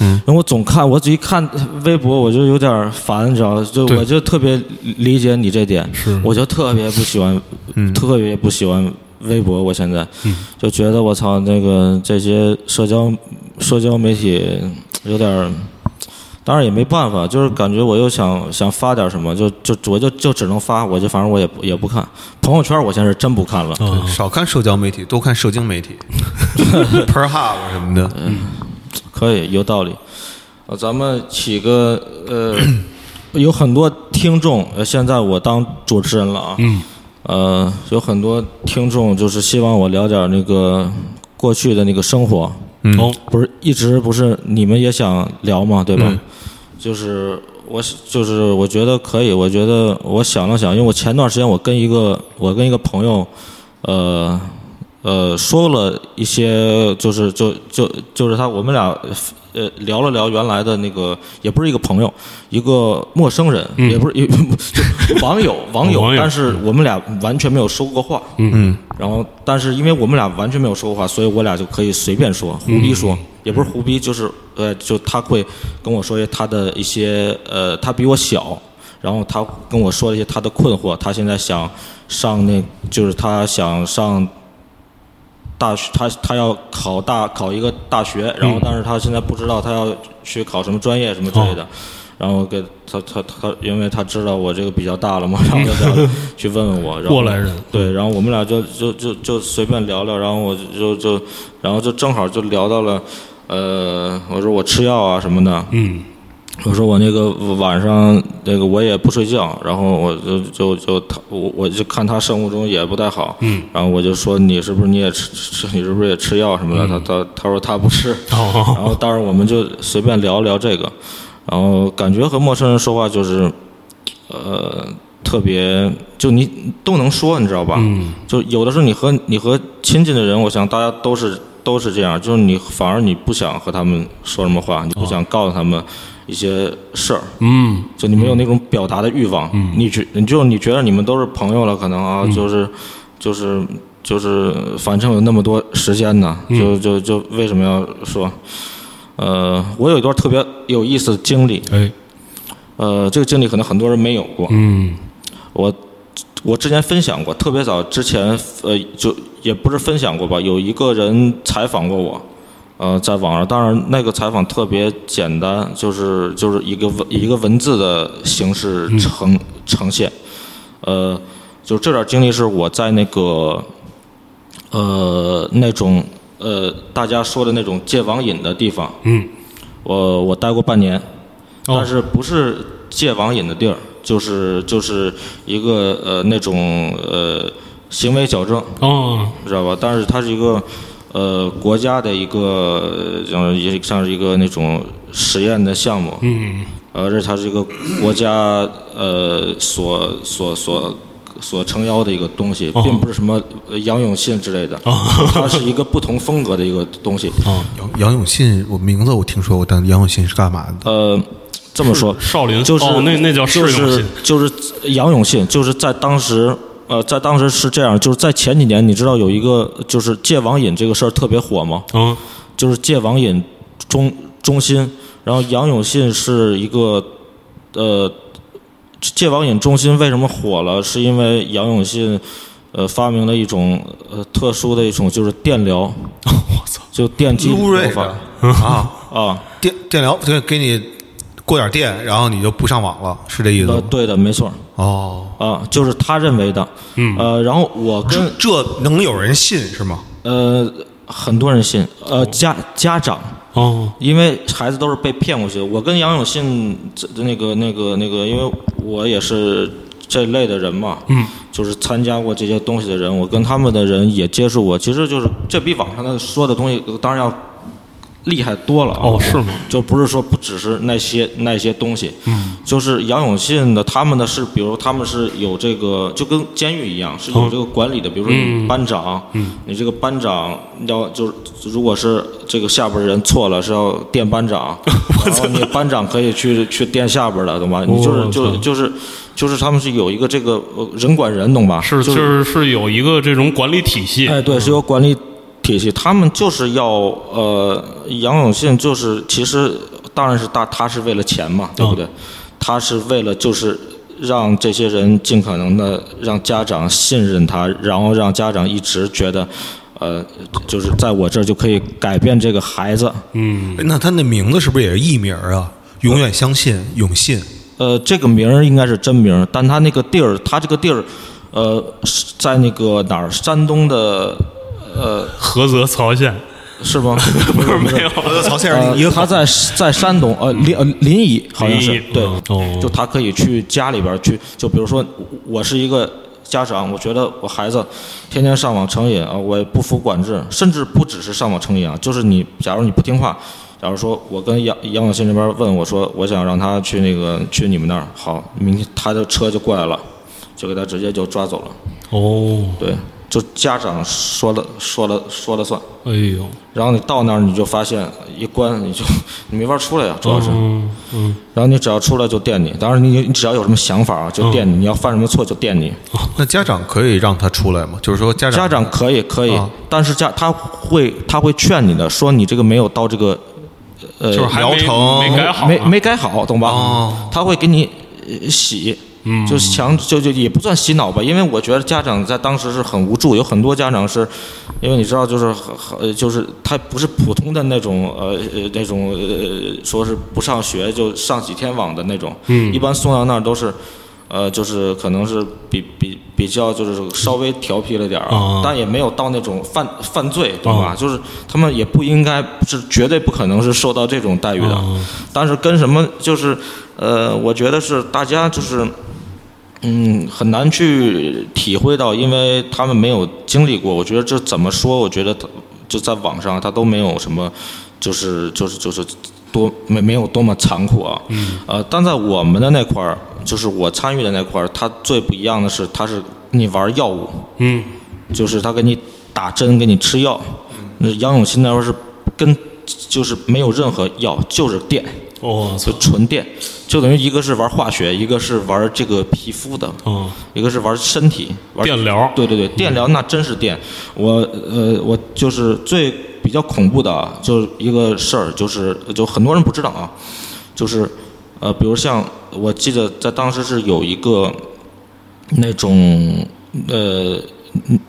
嗯，因为我总看，我只一看微博，我就有点烦，你知道吗？就
对
我就特别理解你这点，
是
我就特别不喜欢，
嗯
特别不喜欢微博。我现在、就觉得我操，那个这些社交社交媒体有点儿，当然也没办法，就是感觉我又想想发点什么，就就我就就只能发，我就反正我也不也不看朋友圈，我现在是真不看了。
啊，
少看社交媒体，多看社交媒体，Perhub 什么的。
可以，有道理。呃，咱们起个呃， *coughs* 有很多听众，呃，现在我当主持人了啊。嗯。呃，有很多听众就是希望我聊点那个过去的那个生活，
哦，
不是一直不是你们也想聊嘛，对吧？
嗯
就是我是就是我觉得可以，我觉得我想了想，因为我前段时间我跟一个我跟一个朋友，呃呃说了一些，就是就就就是他我们俩呃聊了聊原来的那个，也不是一个朋友，一个陌生人，也不是一 *laughs* 就网友网友
嗯哦网，友
但是我们俩完全没有说过话，
嗯，
然后，但是因为我们俩完全没有说过话，所以我俩就可以随便说，胡逼说，也不是胡逼，就是呃，就他会跟我说他的一些呃，他比我小，然后他跟我说了一些他的困惑，他现在想上那，就是他想上大学，他他要考大考一个大学，然
嗯
后但是他现在不知道他要去考什么专业什么之
哦
类的，然后给他他他，因为他知道我这个比较大了
*laughs*
嘛，然后就想去问问我，然后
过来人
对，然后我们俩就就就就随便聊聊，然后我就就就然后就正好就聊到了，呃，我说我吃药啊什么的，
嗯，
我说我那个晚上那个我也不睡觉，然后我就就就他我我就看他生物钟也不太好，嗯，然后我就说你是不是你也吃吃你是不是也吃药什么的？他他他说他不吃，
哦，
然后当时我们就随便聊聊这个，然后感觉和陌生人说话就是，呃，特别就你都能说，你知道吧？嗯，就有的时候你和你和亲近的人，我想大家都是都是这样，就是你反而你不想和他们说什么话，你不想告诉他们一些事儿，
嗯，
就你没有那种表达的欲望，你觉你就你觉得你们都是朋友了，可能啊，就是就是就是，反正有那么多时间呢，就就就为什么要说？呃，我有一段特别有意思的经历，
哎，
呃，这个经历可能很多人没有过，
嗯，
我我之前分享过，特别早之前，呃，就也不是分享过吧，有一个人采访过我，呃，在网上，当然那个采访特别简单，就是就是一个文以一个文字的形式
嗯
呈、呈现，呃，就这点经历是我在那个呃那种呃大家说的那种戒网瘾的地方，
嗯，
我我待过半年，
哦
但是不是戒网瘾的地儿，就是就是一个呃那种呃行为矫正，
哦，
知道吧？但是它是一个呃国家的一个呃像也像是一个那种实验的项目，
嗯，
而且它是一个国家呃所所所所撑腰的一个东西，
哦
并不是什么呃杨永信之类的，
*laughs*
它是一个不同风格的一个东西。
嗯杨杨永信，我名字我听说过，但杨永信是干嘛的？
呃，这么说，
少林
就是、
哦那那叫释
就
永
是
信
就是杨永信，就是在当时。呃，在当时是这样，就是在前几年，你知道有一个就是戒网瘾这个事儿特别火吗？
嗯，
就是戒网瘾中中心，然后杨永信是一个呃戒网瘾中心为什么火了？是因为
*laughs*
杨永信呃发明了一种呃特殊的一种就是电疗，
操，
就电击
撸
疗
瑞
法
的啊，
啊，
电电疗就给你过点电，然后你就不上网了，是这意思
呃，
吗？
对的，没错，
哦，
啊，就是他认为的，嗯，呃，然后我跟 *laughs*
这这能有人信是吗？
呃很多人信，呃家家长。
哦，
因为孩子都是被骗过去的。我跟杨永信这那个那个那个，因为我也是这类的人嘛，嗯，就是参加过这些东西的人，我跟他们的人也接触过。其实就是这比网上的说的东西呃当然要厉害多了啊
哦是吗？
就不是说不只是那些那些东西，嗯，就是杨永信的他们的是，比如他们是有这个，就跟监狱一样是有这个管
嗯
理的，比如说你班长，嗯，你这个班长要就是如果是这个下边人错了是要垫
*laughs*
班长，然后你班长可以去去垫下边的，懂吧？你就是
我
就
操
就是就是他们是有一个这个呃人管人，懂吧？
是
就
就是是是有一个这种管理体系，嗯
哎，对，是有管理体系，他们就是要呃，杨永信就是其实当然是大，他是为了钱嘛，对不
嗯
对？他是为了就是让这些人尽可能的让家长信任他，然后让家长一直觉得。呃，就是在我这儿就可以改变这个孩子。
嗯
那他那名字是不是也是艺名啊？永远相信，永信。
呃，这个名儿应该是真名儿，但他那个地儿，他这个地儿，呃，是在那个哪儿，山东的，呃，
菏泽曹县
是吗？
*laughs* 不是没有，
我曹先
呃，他在在山东，呃，临呃临沂好像是
临沂
对
嗯，哦
就他可以去家里边儿去，就比如说我我是一个家长，我觉得我孩子天天上网成瘾啊，我也不服管制，甚至不只是上网成瘾啊，就是你假如你不听话。假如说我跟杨杨永信这边问我说，我想让他去那个去你们那儿，好，明天他的车就过来了，就给他直接就抓走了。
哦，
对，就家长说了说了说了算。
哎呦，
然后你到那儿你就发现一关你就 *laughs* 你没法出来呀、主要是。
嗯嗯，
然后你只要出来就电你，当然你你只要有什么想法啊就电你，你要犯什么错就电你。
那家长可以让他出来吗？就是说家长
家长可以可以
啊，
但是家他会他会劝你的，说你这个没有到这个呃
就是还没
疗程
没改好呢，
没没改好，懂吧？
哦
他会给你呃洗，就强就就也不算洗脑吧，因为我觉得家长在当时是很无助，有很多家长是，因为你知道就是很很呃就是他不是普通的那种呃呃那种呃说是不上学就上几天网的那种，一般送到那儿都是。呃，就是可能是比比比较就是稍微调皮了点儿啊，
哦
但也没有到那种犯犯罪，对吧？就是他们也不应该是绝对不可能是受到这种待遇的，
嗯
但是跟什么就是呃，我觉得是大家就是嗯很难去体会到，因为他们没有经历过。我觉得这怎么说？我觉得他就在网上他都没有什么，就是就是就是多没没有多么残酷啊。嗯。呃，但在我们的那块儿，就是我参与的那块儿，它最不一样的是，它是你玩药物。
嗯，
就是他给你打针，给你吃药。那杨永信那会儿是跟就是没有任何药，就是电，
我哦操
就，纯电，就等于一个是玩化学，一个是玩这个皮肤的，
嗯，
一个是玩身体，玩
电疗，
对对对，电疗那真是电。我呃，我就是最比较恐怖的啊，就是一个事儿，就是就很多人不知道啊，就是呃，比如像我记得在当时是有一个那种呃女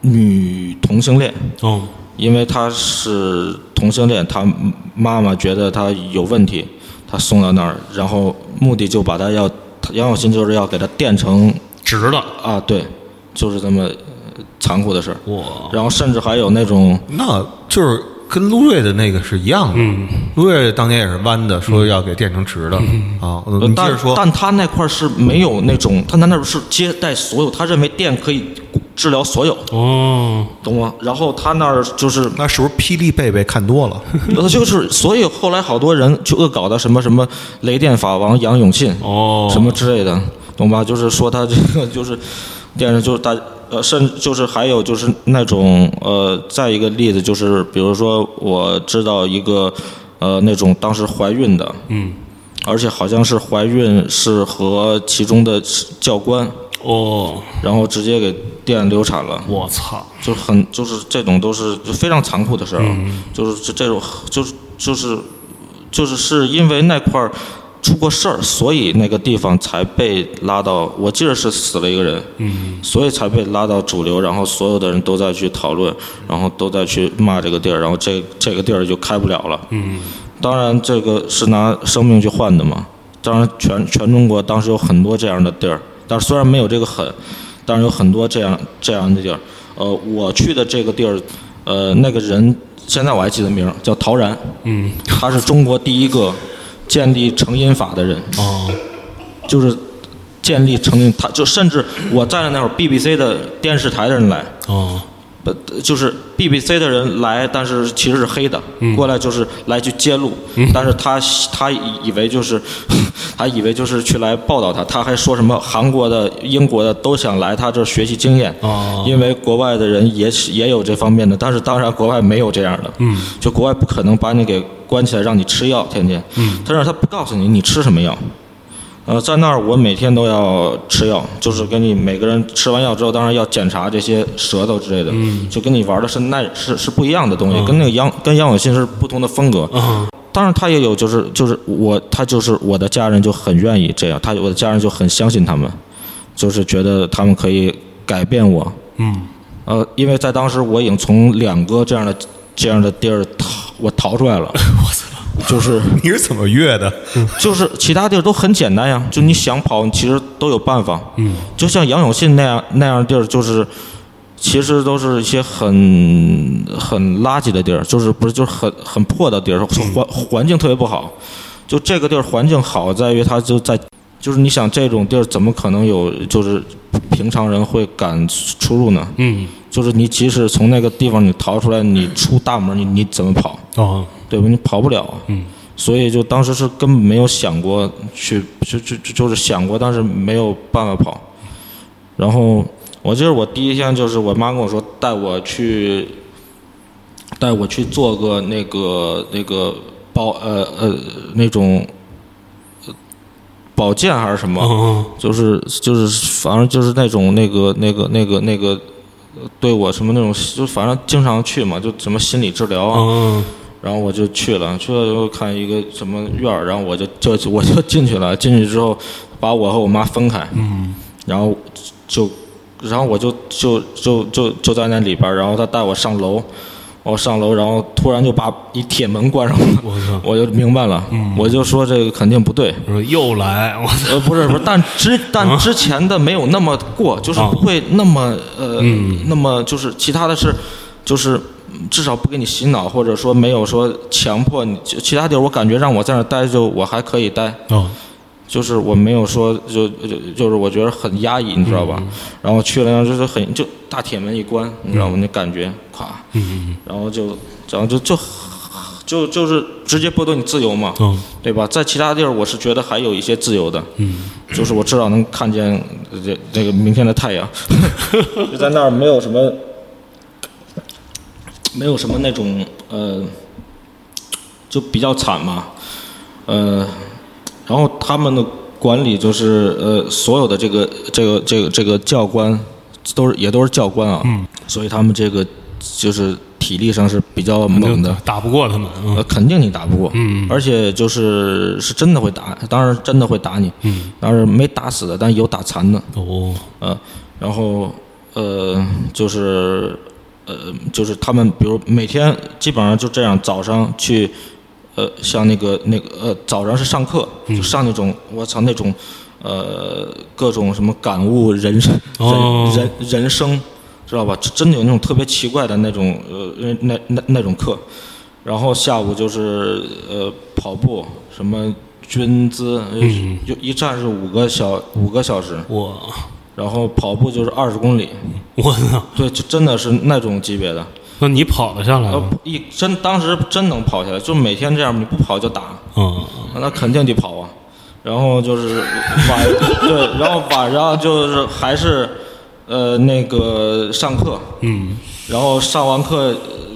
女同性恋，
嗯，
因为她是同性恋，她妈妈觉得她有问题，她送到那儿，然后目的就把她要杨永信就是要给她电成。
直的，
啊，对，就是这么呃残酷的事儿。
哇，
然后甚至还有那种，
那就是跟卢瑞的那个是一样的。卢瑞当年也是弯的，说要给电成直的啊。
呃
你接
但
着说，
但他那块儿是没有那种，他那那儿是接待所有，他认为电可以治疗所有，
哦，
懂吗？然后他那儿就是
那是不是霹雳贝贝看多了？
呃，就是，所以后来好多人就恶搞的什么什么雷电法王杨永信
哦
什么之类的，懂吧？就是说他这个就是电视就是大呃，甚至就是还有就是那种呃，再一个例子就是，比如说我知道一个呃那种当时怀孕的，嗯，而且好像是怀孕是和其中的教官，
哦，
然后直接给电流产了。
我操，
就很就是这种都是就非常残酷的事儿、啊就是这这种就是就是就是是因为那块儿出过事儿，所以那个地方才被拉到，我记得是死了一个人，嗯，所以才被拉到主流，然后所有的人都在去讨论，然后都在去骂这个地儿，然后这这个地儿就开不了了，嗯，当然这个是拿生命去换的嘛，当然全全中国当时有很多这样的地儿，但是虽然没有这个狠，但是有很多这样这样的地儿，呃，我去的这个地儿，呃，那个人现在我还记得名儿叫陶然，
嗯，
他是中国第一个建立成因法的人，
哦，
就是建立成因，他就甚至我站的那会儿，BBC 的电视台的人来，
哦，
呃，就是 BBC 的人来，但是其实是黑的，过来就是来去揭露，但是他他以为就是 *laughs* 他以为就是去来报道他，他还说什么韩国的、英国的都想来他这儿学习经验，
哦
因为国外的人也是也有这方面的，但是当然国外没有这样的，嗯，就国外不可能把你给关起来让你吃药天天，嗯，但是他不告诉你你吃什么药。呃，在那儿我每天都要吃药，就是给你每个人吃完药之后，当然要检查这些舌头之类的，
嗯
就跟你玩的是那是是不一样的东西，跟那个杨跟杨永信是不同的风格。
嗯
当然，他也有就是就是我他就是我的家人就很愿意这样，他我的家人就很相信他们，就是觉得他们可以改变我。
嗯，
呃，因为在当时我已经从两个这样的这样的地儿逃我逃出
*laughs*
来了，就是。
*laughs* 你是怎么越的？
就是其他地儿都很简单呀，就你想跑，你其实都有办法。嗯，就像杨永信那样那样的地儿，就是其实都是一些很很垃圾的地儿，就是不是就是很很破的地儿，环环境特别不好。就这个地儿环境好，在于它就在，就是你想这种地儿怎么可能有就是平常人会敢出入呢？
嗯，
就是你即使从那个地方你逃出来，你出大门，你你怎么跑？
哦，
对吧？你跑不了。啊
嗯。
所以就当时是根本没有想过去，就就就就是想过，但是没有办法跑。然后我记得我第一天就是我妈跟我说带我去，带我去做个那个那个保呃呃那种呃保健还是什么，
哦，
就是就是反正就是那种那个那个那个那个呃对我什么那种就反正经常去嘛，就什么心理治疗啊。
哦，
然后我就去了，去了以后看一个什么院儿，然后我就就我就进去了，进去之后把我和我妈分开，嗯，然后就然后我就就就就就在那里边儿，然后他带我上楼，我上楼，然后突然就把一铁门关上了，
我操！
我就明白了，我就说这个肯定不对，
我说又来，我操！
呃，不是不是，但
*laughs*
之
啊
但之前的没有那么过，就是不会那么呃，
嗯
那么就是其他的是，就是嗯至少不给你洗脑，或者说没有说强迫你。其其他地儿我感觉让我在那儿待就我还可以待，
哦，
就是我没有说就就就是我觉得很压抑，你知道吧？
嗯
然后去了那儿就是很就大铁门一关，你知道吗？那感觉咵，
嗯
然后就然后就就就就是直接剥夺你自由嘛。
嗯
对吧？在其他地儿，我是觉得还有一些自由的，嗯，就是我至少能看见呃这这个明天的太阳， *laughs* 就在那儿没有什么， *laughs* 没有什么那种呃，就比较惨嘛，呃，然后他们的管理就是呃，所有的这个这个这个这个教官都是也都是教官啊，嗯，所以他们这个就是体力上是比较
嗯，
猛的，
打不过他们，嗯
呃，肯定你打不过，嗯，而且就是是真的会打，当然真的会打你，嗯，当然没打死的，但有打残的，
哦，
呃，然后呃，就是呃，就是他们比如每天基本上就这样，早上去，呃，像那个那个呃，早上是上课，就上那种我操那种呃各种什么感悟人生、
哦
人人人生，知道吧？就真的有那种特别奇怪的那种呃那那那那种课，然后下午就是呃跑步什么。军姿，呃就一站是五个小五个小时，
我
然后跑步就是二十公里，
我操！
对，就真的是那种级别的，
那你跑得下来
呃
吗？，
一真当时真能跑下来，就每天这样，你不跑就打，
嗯，
那肯定得跑啊。然后就是晚 *laughs* 对，然后晚上就是还是呃那个上课，嗯，然后上完课呃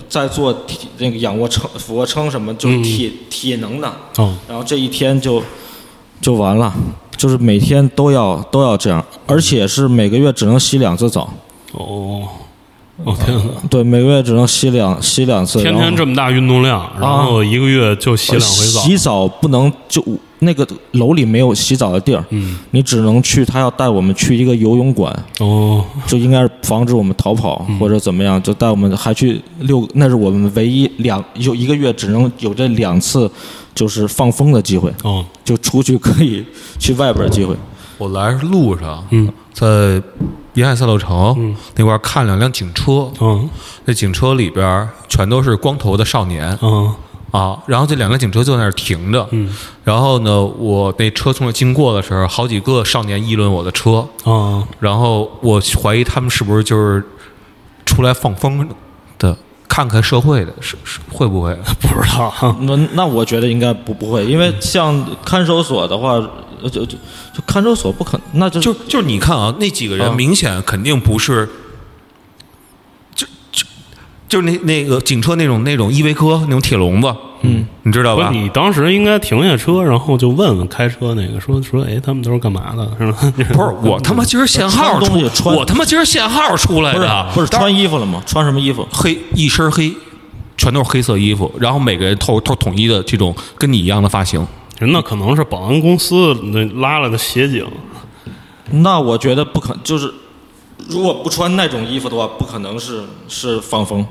再做体那个仰卧撑、俯卧撑什么，就是体、体能的，
哦，
然后这一天就就完了，就是每天都要都要这样，而且是每个月只能洗两次澡。
哦，哦天哪！
对，每个月只能洗两洗两次，
天
然
天
后
这么大运动量，然后一个月就洗
呃
两回澡，
洗澡不能就那个楼里没有洗澡的地儿，嗯，你只能去，他要带我们去一个游泳馆，
哦，
就应该是防止我们逃跑
嗯
或者怎么样，就带我们还去六，那是我们唯一两有一个月只能有这两次就是放风的机会，
哦，
就出去可以去外边儿的机会。
我来路上，在沿海赛lộ城、那块儿看两辆警车，
嗯
那警车里边儿全都是光头的少年
嗯
啊，然后这两辆警车就在那儿停着，然后呢，我那车从那儿经过的时候，好几个少年议论我的车，
嗯，
然后我怀疑他们是不是就是出来放风的，看看社会的，是是会不会？
不知道，
那那我觉得应该不不会，因为像看守所的话，呃就就就看守所不可，那就
*laughs* 就就是你看啊，那几个人
啊
明显肯定不是，就就就是那那个警车那种那种依维柯那种铁笼子，嗯，你知道
不
吧
是？你当时应该停下车，然后就问问开车那个，说说，哎，他们都是干嘛的，是吧？
不是我他妈今儿限号
穿东西
出，
穿
我他妈今儿限号出来
不是
啊
的，
不是
当
穿衣服了吗？穿什么衣服？
黑一身黑，全都是黑色衣服，然后每个人头头统一的这种跟你一样的发型，
那可能是保安公司那拉了的协警，
那我觉得不可，就是如果不穿那种衣服的话，不可能是是放风。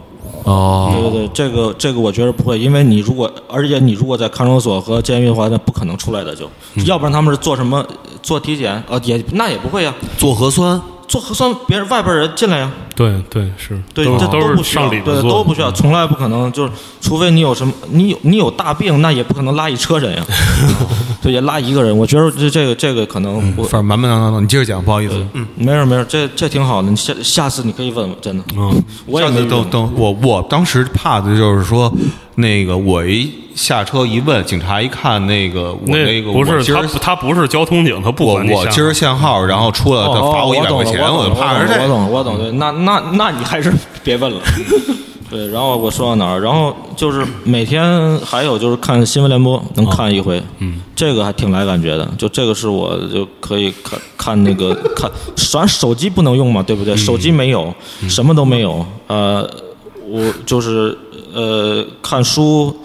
哦，
对对对，这个这个我觉得不会，因为你如果，而且你如果在看守所和监狱的话，那不可能出来的就，
嗯
要不然他们是做什么做体检啊、呃也那也不会呀、
做核酸，
做核酸别人外边人进来呀、
对对是，
对，
都
这
是都是
不需要，
上里
对，
边
都
做嗯
不需要，从来不可能，就是除非你有什么，你有你有大病，那也不可能拉一车
*laughs*
人呀、对，也拉一个人，我觉得这这个这个可能
嗯
不，
反正满满当当的，你接着讲，不好意思，嗯，
没事没事，这这挺好的，你下下次你可以问问，真的，
嗯，
我也
下
没
次
遇
等
过
等我我当时怕的就是说，那个我一下车一问，警察一看那个我那个
不
我
是
今
他
儿，
他不是交通警，他不
我
管你
我
下
今儿限号，然后出来他
哦
罚
哦我
一百
懂
块
了
钱，
我
我就
懂
怕
了
是这
我
个。
懂，我懂，对，那那那你还是别问了。对，然后我说到哪儿？然后就是每天还有就是看新闻联播，
哦
能看一回，嗯，这个还挺来感觉的。就这个是我就可以看看那个看，反正手机不能用嘛，对
嗯
不对？手机没有，什么都没有。呃，我就是呃看书，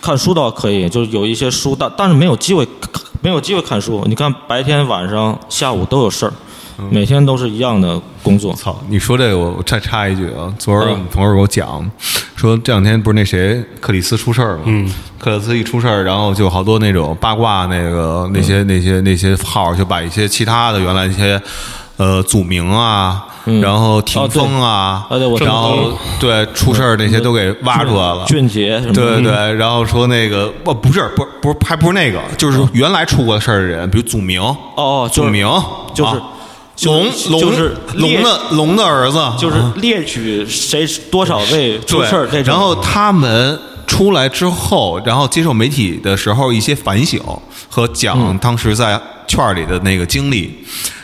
看书倒可以，就是有一些书，但但是没有机会，没有机会看书。你看白天、晚上、下午都有事儿，
嗯
每天都是一样的工作。
操！你说这个，我我再插一句啊，昨儿
嗯
我们同事给我讲，说这两天不是那谁克里斯出事儿吗？嗯，克里斯一出事儿，然后就好多那种八卦那个那
嗯
些、那些那些号，就把一些其他的原来一些呃祖名啊，然后霆锋
嗯哦
啊，
哦对啊对我知嗯
然
道
后对出事儿那些都给挖出来了。
俊杰什么的
对对对，然后说那个哦，不是，不是，不是，还不是那个，就是原来出过事儿的人，比如祖明，
哦，嗯就
祖
是
明
就是
啊龙
就是
龙
就是
龙
列
的龙的儿子，
就是列举谁多少位出
对
事儿这种，哦
然后他们出来之后，然后接受媒体的时候一些反省和
嗯
讲当时在圈儿里的那个经历。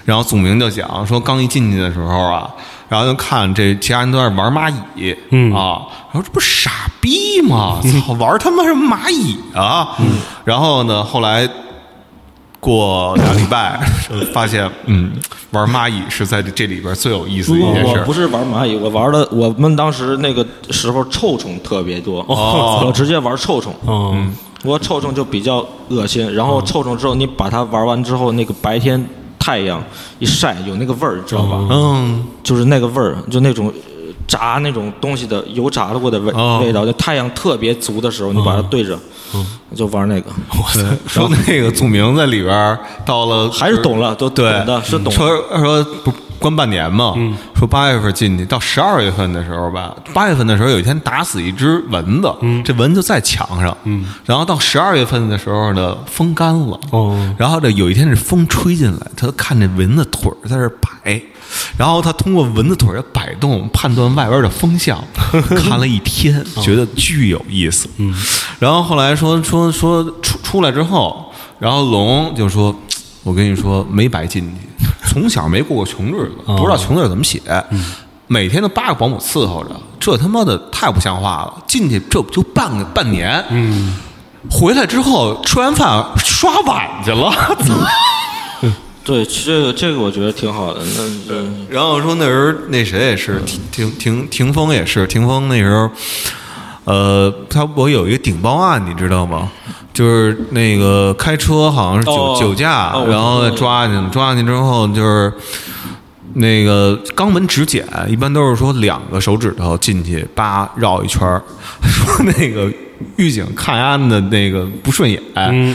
然后祖明就讲说，刚一进去的时候啊，然后就看这其他人都在玩蚂蚁，嗯啊，然后这不是傻逼吗？
嗯
操，玩他妈什么蚂蚁啊？然后呢，后来。过俩礼拜， *laughs* 发现嗯，玩蚂蚁是在这里边最有意思的一件
我
事
我
儿
不。是玩蚂蚁，我玩的我们当时那个时候臭虫特别 *laughs* 多，
哦
我直接玩臭虫，
嗯
我臭虫就比较恶心。然后臭虫之后，你把它玩完之后，那个白天太阳一晒，有那个味儿，你知道吧？
嗯，
就是那个味儿，就那种呃炸那种东西的油炸过的味、
哦
味道，就太阳特别足的时候，你把它对着，就玩那个，
嗯
对， *laughs* 说那个祖明在里边儿到
*laughs*
了，
还是懂了，都懂
对，
的，嗯是懂的。
说说不关半年嘛，说八月份进去，到十二月份的时候吧，八月份的时候有一天打死一只蚊子，
嗯
这蚊子在墙上，然后到十二月份的时候呢，风干了，
哦
然后这有一天这风吹进来，他看这蚊子腿儿在这儿摆。然后他通过蚊子腿儿的摆动判断外边的风 *laughs* 向，看了一天，觉得巨有意思。嗯，然后后来说说说出出来之后，然后龙就说：“我跟你说，没白进去，从小没过过穷日子，不知道穷字儿怎么写，每天都八个保姆伺候着，这他妈的太不像话了！进去这不就半个半年，嗯，回来之后吃完饭刷碗去了，
对，这个这个我觉得挺好的。那对，
然后说那时候那谁也是，
嗯
霆霆霆锋也是，霆锋那时候，呃，他我有一个顶包案，你知道吗？就是那个开车好像是酒、
哦
酒驾，
哦我知道
然后抓进去，抓进去之后就是。那个肛门指检一般都是说两个手指头进去，叭绕一圈儿。 *laughs* 说那个狱警看案的那个不顺眼，
嗯，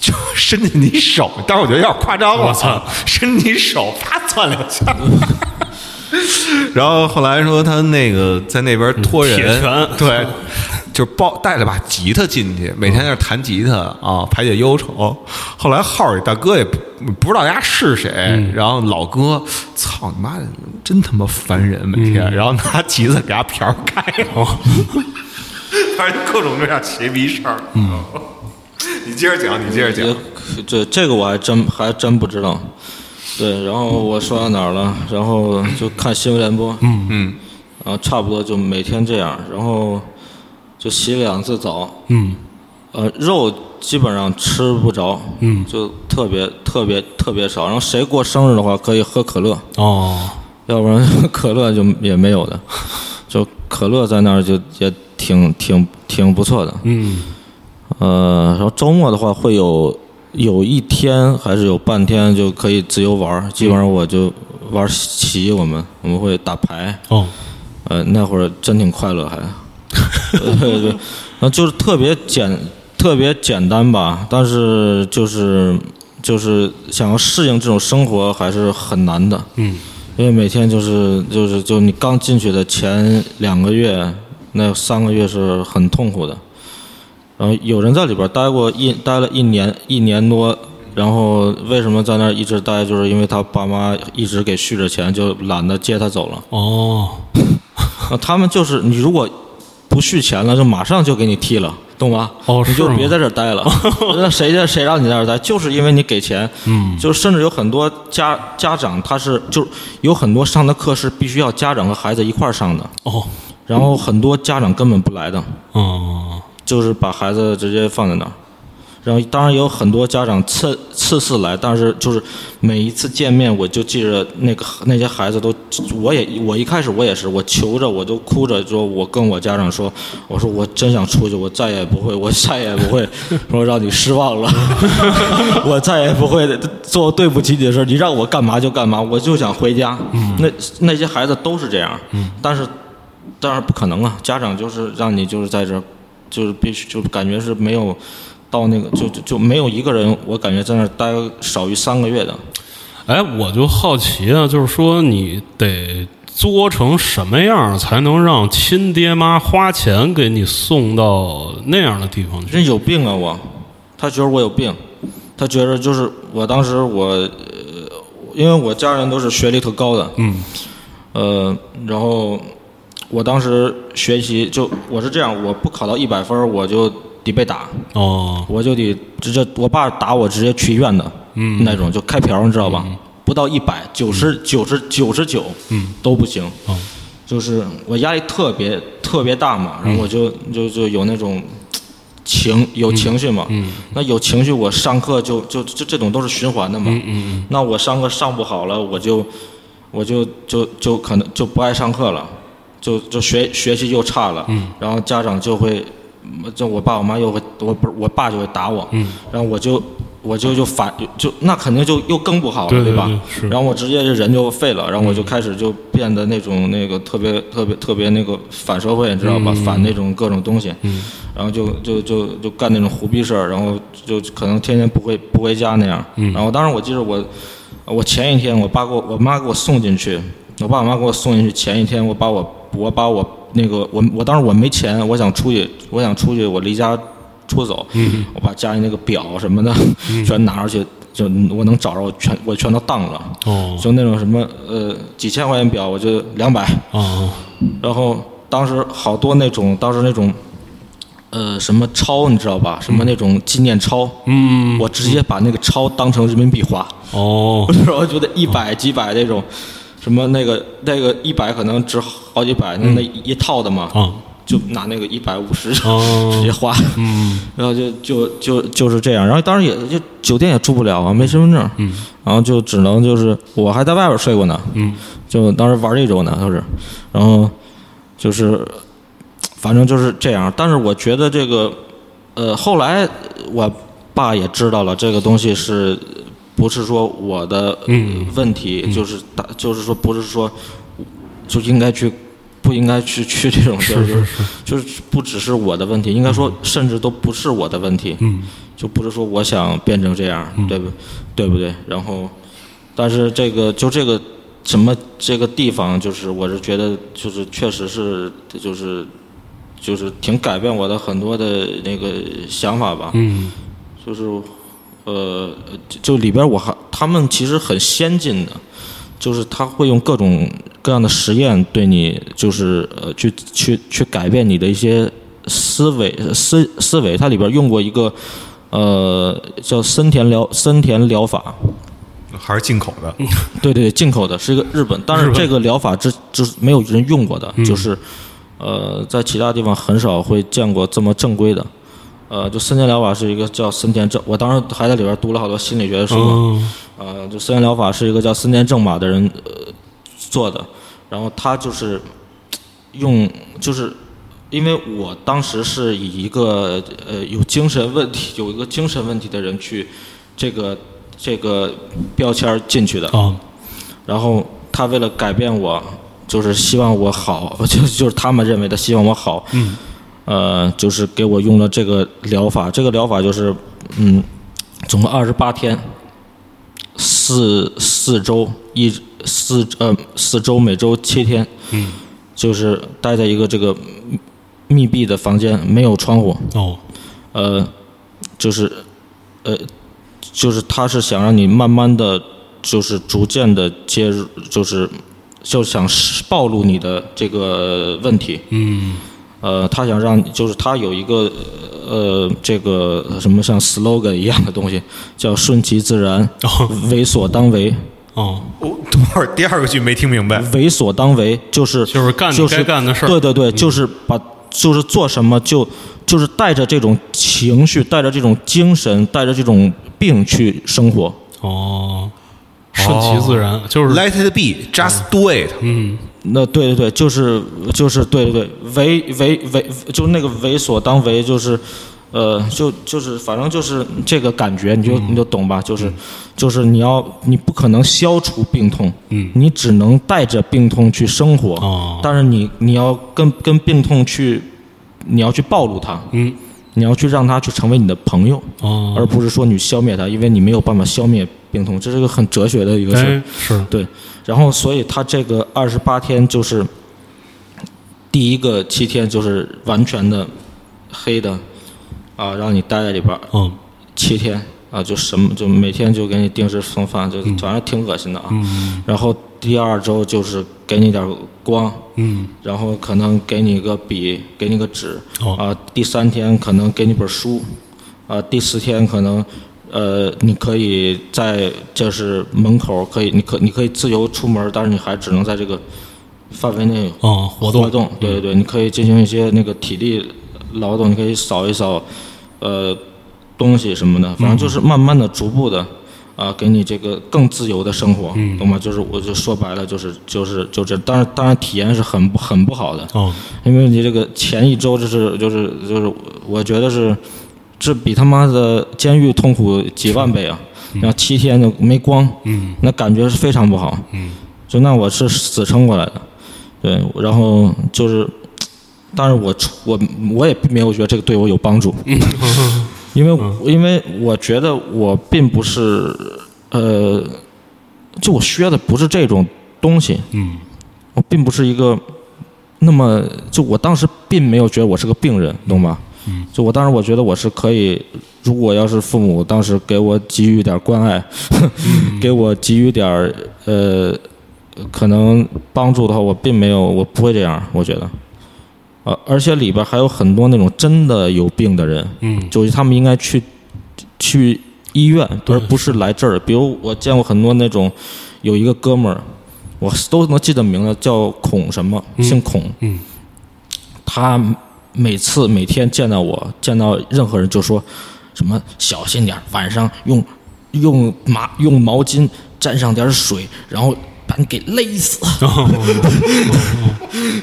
就伸进你手，但是我觉得有点夸张了，
我操，
伸进你手，啪窜两下。 *laughs* 然后后来说他那个在那边托人，
铁拳
对，就是抱带了把吉他进去，每天在那弹吉他啊，排解忧愁。后来号里大哥也不不知道人家是谁，然后老哥，操你妈的，真他妈烦人，每天，然后拿吉他给他瓢儿开 *laughs* 了，反正各种各样邪逼事儿。嗯，你接着讲，你接着讲
也。可这这个我还真还真不知道。对，然后我说到哪儿了？然后就看新闻联播，嗯嗯，然后差不多就每天这样，然后就洗两次澡，
嗯，
呃，肉基本上吃不着，嗯，就特别特别特别少。然后谁过生日的话，可以喝可乐，
哦，
要不然 *laughs* 可乐就也没有的，就可乐在那儿就也挺挺挺不错的。
嗯
呃，然后周末的话会有有一天还是有半天就可以自由玩儿，基本上我就玩棋，我们我们会打牌，
哦，
呃，那会儿真挺快乐还，对对，然后就是特别简特别简单吧，但是就是就是想要适应这种生活还是很难的，
嗯
因为每天就是就是就你刚进去的前两个月，那三个月是很痛苦的。然后有人在里边待过一待了一年一年多，然后为什么在那儿一直待？就是因为他爸妈一直给续着钱，就懒得接他走了。
哦，
啊，他们就是你如果不续钱了，就马上就给你踢了，懂吗？
哦
你就是
吗
别在这儿待了。那谁家谁让你在这儿待？就是因为你给钱，嗯，就甚至有很多家家长他是就是有很多上的课是必须要家长和孩子一块儿上的，
哦，
然后很多家长根本不来的，
嗯，
就是把孩子直接放在那儿。然后，当然也有很多家长次次次来，但是就是每一次见面，我就记着那个那些孩子都，我也我一开始我也是，我求着我都哭着说，我跟我家长说，我说我真想出去，我再也不会，我再也不会 *laughs* 说让你失望了， *laughs* 我再也不会做对不起你的事儿，你让我干嘛就干嘛，我就想回家。那那些孩子都是这样，但是当然不可能啊！家长就是让你就是在这儿，就是必须就感觉是没有到那个就就就没有一个人，我感觉在那儿待少于三个月的。
哎，我就好奇啊，就是说你得作成什么样才能让亲爹妈花钱给你送到那样的地方去？
人有病啊我，他觉得我有病，他觉得就是我当时我，呃，因为我家人都是学历特高的，
嗯，
呃，然后我当时学习就我是这样，我不考到一百分儿我就得被打，
哦，
我就得直接，我爸打我直接去医院的，嗯，那种就开瓢，你知道吧？不到一百，九十九十九十九，嗯，都不行。
哦
就是我压力特别特别大嘛，然后我就、就就有那种情有情绪嘛，嗯，那有情绪我上课就就就这种都是循环的嘛，嗯嗯，那我上课上不好了，我就我就就就可能就不爱上课了，就就学学习又差了，嗯，然后家长就会，嗯就我爸我妈又会，我不是我爸就会打我，嗯，然后我就我就就反就那肯定就又更不好了，
对对
吧
对是？
然后我直接就人就废了，然后我就开始就变得那种那个特别特别特别那个反社会，你知道吧？反那种各种东西，嗯，然后就就就就干那种胡逼事儿，然后就可能天天不回不回家那样，嗯，然后当时我记得我。我前一天我爸给我我妈给我送进去，我爸我妈给我送进去前一天，我把我我把我那个我我当时我没钱，我想出去，我想出去，我离家出走，我把家里那个表什么的、 *laughs* 全拿出去，就我能找着我全我全都当了，
哦
就那种什么呃几千块钱表我就两百，
哦，
然后当时好多那种当时那种。呃，什么钞你知道吧？什么那种纪念钞，
嗯，
我直接把那个钞当成人民币花， *laughs*
哦
不，是，我觉得一百几百那
嗯
种，什么那个那个一百可能值好几百，那那一套的嘛，
啊，
就拿那个一百五十
哦
*laughs* 直接花，嗯， *laughs* 然后就就就就是这样，然后当时也就酒店也住不了啊，没身份证，嗯，然后就只能就是我还在外边睡过呢，嗯，就当时玩了一周呢，就是，然后就是反正就是这样，但是我觉得这个呃，后来我爸也知道了这个东西是不是说我的
嗯
问题，就是打就是说不是说就应该去。不应该去去这种地儿，就是就是不只是我的问题，应该说甚至都不是我的问题，
嗯
就不是说我想变成这样，对不对不对？然后，但是这个就这个什么这个地方，就是我是觉得就是确实是就是就是挺改变我的很多的那个想法吧，
嗯
就是呃就就里边我还他们其实很先进的。就是他会用各种各样的实验对你，就是呃，去去去改变你的一些思维思思维。它里边用过一个呃叫森田疗森田疗法，
还是进口的，
对对对，进口的是一个日本，但嗯是这个疗法之之没有人用过的，就是呃，在其他地方很少会见过这么正规的。呃，就森田疗法是一个叫森田正，我当时还在里边读了好多心理学的书。
哦
呃，就森田疗法是一个叫森田正马的人呃做的，然后他就是用就是。因为我当时是以一个呃有精神问题、有一个精神问题的人去这个这个标签儿进去的，
哦
然后他为了改变我，就是希望我好， *laughs* 就就是他们认为的希望我好，嗯，呃，就是给我用了这个疗法，这个疗法就是，嗯，总共二十八天，四四周一四呃四周每周七天，嗯，就是待在一个这个密闭的房间，没有窗户，
哦
呃，就是，呃，就是他是想让你慢慢的，就是逐渐的接入，就是就想暴露你的这个问题。
嗯
呃，他想让你，就是他有一个呃，这个什么像 slogan 一样的东西，叫顺其自然，为所当为。
哦
我等会儿第二个句没听明白，
为所当为，就是
就是干你
就是
该干的事儿嗯
对对对，就是把就是做什么就就是带着这种情绪，带着这种精神，带着这种病去生活。
哦，顺其自然，就是
，Let it be, just do it。
嗯
那对对对，就是就是对对对，为为为，就那个为所当为，就是，呃，就就是反正就是这个感觉，你
嗯
就你就懂吧，就是就是你要你不可能消除病痛，
嗯
你只能带着病痛去生活，
哦
但是你你要跟跟病痛去，你要去暴露它，
嗯
你要去让它去成为你的朋友，
哦，
而不是说你消灭它，因为你没有办法消灭病痛，这是一个很哲学的一个事儿
哎。是
对，然后所以他这个二十八天就是第一个七天就是完全的黑的啊，让你待在里边儿
嗯
七天啊，就什么就每天就给你定时送饭，
嗯
就反正挺恶心的啊。然后第二周就是给你点儿光，
嗯
然后可能给你个笔，给你个纸，啊、
哦
第三天可能给你本书，啊、第四天可能，呃，你可以在就是门口可以，你可你可以自由出门，但是你还只能在这个范围内
哦活动
对对对，你可以进行一些那个体力劳动，你可以扫一扫，呃，东西什么的，反正
嗯
就是慢慢的、逐步的。啊，给你这个更自由的生活，
嗯
懂吗？就是我就说白了，就是就是就这，当然当然体验是很不很不好的，
哦
因为你这个前一周就是就是就是，我觉得是这比他妈的监狱痛苦几万倍啊！然后七天就没光，
嗯
那感觉是非常不好。
嗯，
就那我是死撑过来的，对，然后就是，但是我出我我也并没有觉得这个对我有帮助，
嗯
因为我因为我觉得我并不是呃，就我学的不是这种东西，
嗯
我并不是一个那么就我当时并没有觉得我是个病人，懂吗？
嗯，
就我当时我觉得我是可以，如果要是父母当时给我给予点关爱，
嗯
*laughs* 给我给予点儿呃可能帮助的话，我并没有，我不会这样，我觉得。呃，而且里边还有很多那种真的有病的人，
嗯
就是他们应该去去医院，而不是来这儿。比如我见过很多那种，有一个哥们儿，我都能记得名字，叫孔什么，姓孔。
嗯
他每次每天见到我，见到任何人就说什么小心点儿，晚上用用麻用毛巾沾上点儿水，然后把你给勒死。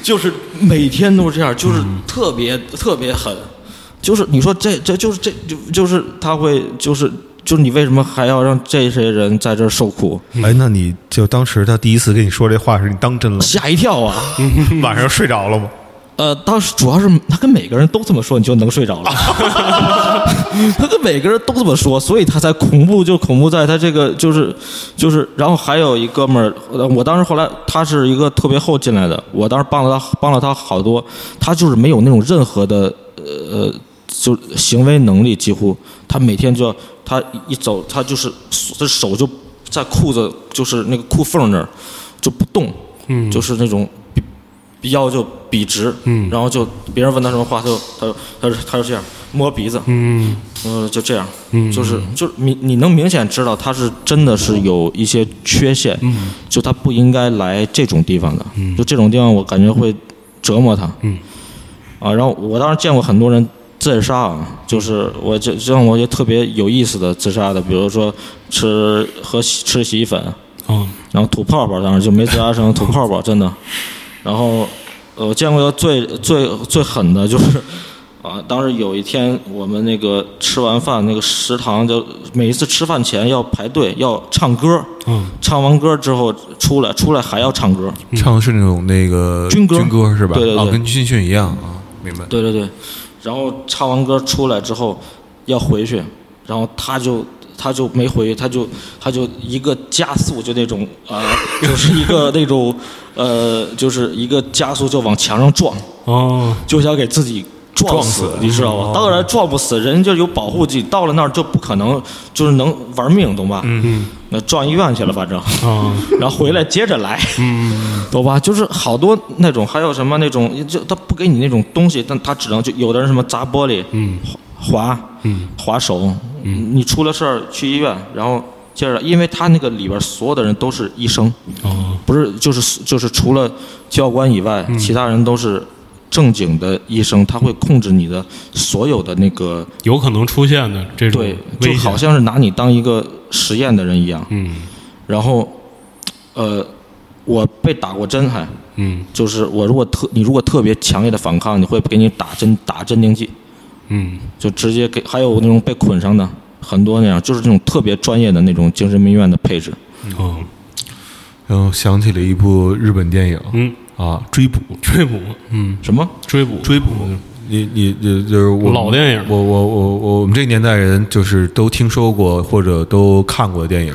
就是每天都这样，就是特别、特别狠，就是你说这这就是这就就是他会就是就是你为什么还要让这些人在这儿受苦？
哎，那你就当时他第一次跟你说这话时，你当真了？
吓一跳啊！
晚上睡着了吗？
呃，当时主要是他跟每个人都这么说，你就能睡着了。 *laughs* 他跟每个人都这么说，所以他才恐怖，就恐怖在他这个就是就是，然后还有一哥们儿，呃我当时后来他是一个特别后进来的，我当时帮了他帮了他好多，他就是没有那种任何的呃就行为能力，几乎他每天就要他一走，他就是这手就在裤子就是那个裤缝那儿就不动，嗯，就是那种比比腰就笔直，嗯，然后就别人问他什么话，他就他就他就他就这样摸鼻子，嗯，呃，就这样，嗯，就是就是你你能明显知道他是真的是有一些缺陷，嗯，就他不应该来这种地方的，嗯，就这种地方我感觉会折磨他，嗯，啊，然后我当时见过很多人自杀啊，就是我就就让我觉得特别有意思的自杀的，比如说吃喝洗吃洗衣粉，啊
嗯，
然后吐泡泡，当时就没自杀成，吐泡泡真的。然后呃我见过的最最最狠的就是啊，当时有一天我们那个吃完饭，那个食堂就每一次吃饭前要排队要唱歌，
嗯，
唱完歌之后出来出来还要唱歌，
唱的是那种那个
军歌
嗯军歌是吧？
对对对
啊，跟军训一样啊，明白。
对对对，然后唱完歌出来之后要回去，然后他就他就没回，他就他就一个加速，就那种啊、呃，就是一个那种呃，就是一个加速就往墙上撞，
哦，
就想给自己。撞死，哦
撞死
你知道吗？当然撞不死，人家有保护技，到了那儿就不可能就是能玩命，懂吧？嗯嗯，那撞医院去了，反正。
啊，
然后回来接着来，嗯， *laughs* 懂吧？就是好多那种，还有什么那种，就他不给你那种东西，但他只能就有的人什么砸玻璃，嗯，划，嗯，划手，嗯，你出了事儿去医院，然后接着来，因为他那个里边所有的人都是医生，
哦，
不是就是就是除了教官以外，其他人都是正经的医生，他会控制你的所有的那个
有可能出现的这种
对，就
危险
好，像是拿你当一个实验的人一样，
嗯
然后，呃，我被打过针还。
嗯
就是我如果特你如果特别强烈的反抗，你会给你打针打镇定剂，
嗯，
就直接给还有那种被捆上的很多那样，就是这种特别专业的那种精神病院的配置。
哦，
然后想起了一部日本电影，
嗯
啊，追捕，
追捕，嗯，
什么？
追捕，嗯
追捕。你你你就是我
老电影
我我我我我们这个年代人就是都听说过或者都看过的电影，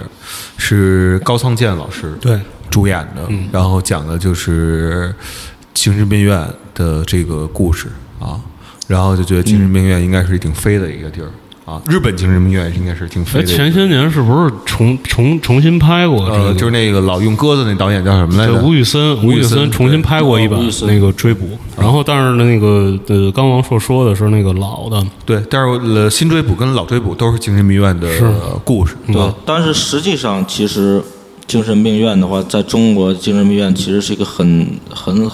是高仓健老师
对，嗯
主演的，然后讲的就是精神病院的这个故事啊，然后就觉得精神病院应该是挺飞的一个地儿啊，
嗯
日本精神病院应该是挺飞
哎，
的一个地儿。
前些年是不是重重重新拍过这
呃，
个？
就是那个老用鸽子那导演叫什么来
对
着？
吴宇森，
吴
吴
宇森
宇森重新拍过一版
对吴宇森
那个《追捕》，然后但是那个呃，刚王朔说的是那个老的，
对，但是我呃新追捕跟老追捕都是精神病院的呃故事。
对，但是实际上其实精神病院的话，在中国精神病院其实是一个很很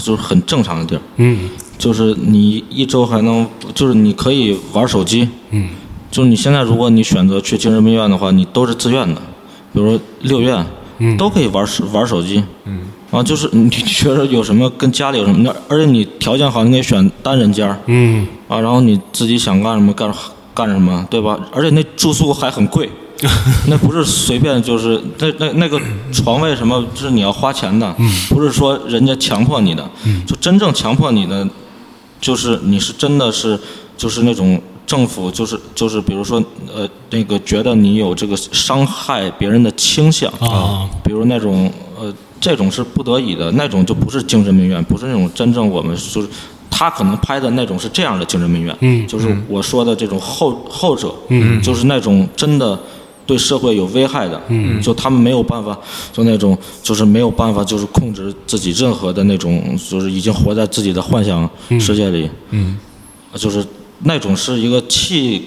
就是很正常的地儿，
嗯
就是你一周还能就是你可以玩手机，
嗯
就是你现在如果你选择去精神病院的话，你都是自愿的，比如说六院，
嗯
都可以玩手玩手机，嗯，啊，就是你你觉得有什么跟家里有什么，而且你条件好，你可以选单人间儿
嗯，
啊，然后你自己想干什么干干什么，对吧？而且那住宿还很贵， *laughs* 那不是随便就是那那那个床位什么，是你要花钱的，不是说人家强迫你的，就真正强迫你的就是你是真的是就是那种政府就是就是比如说呃那个觉得你有这个伤害别人的倾向
啊，
比如那种呃这种是不得已的，那种就不是精神病院，不是那种真正我们就是他可能拍的那种是这样的精神病院，
嗯
就是我说的这种后后者，嗯，就是那种真的。对社会有危害的，嗯，就他们没有办法，就那种就是没有办法，就是控制自己任何的那种，就是已经活在自己的幻想世界里，嗯哦就是那种是一个器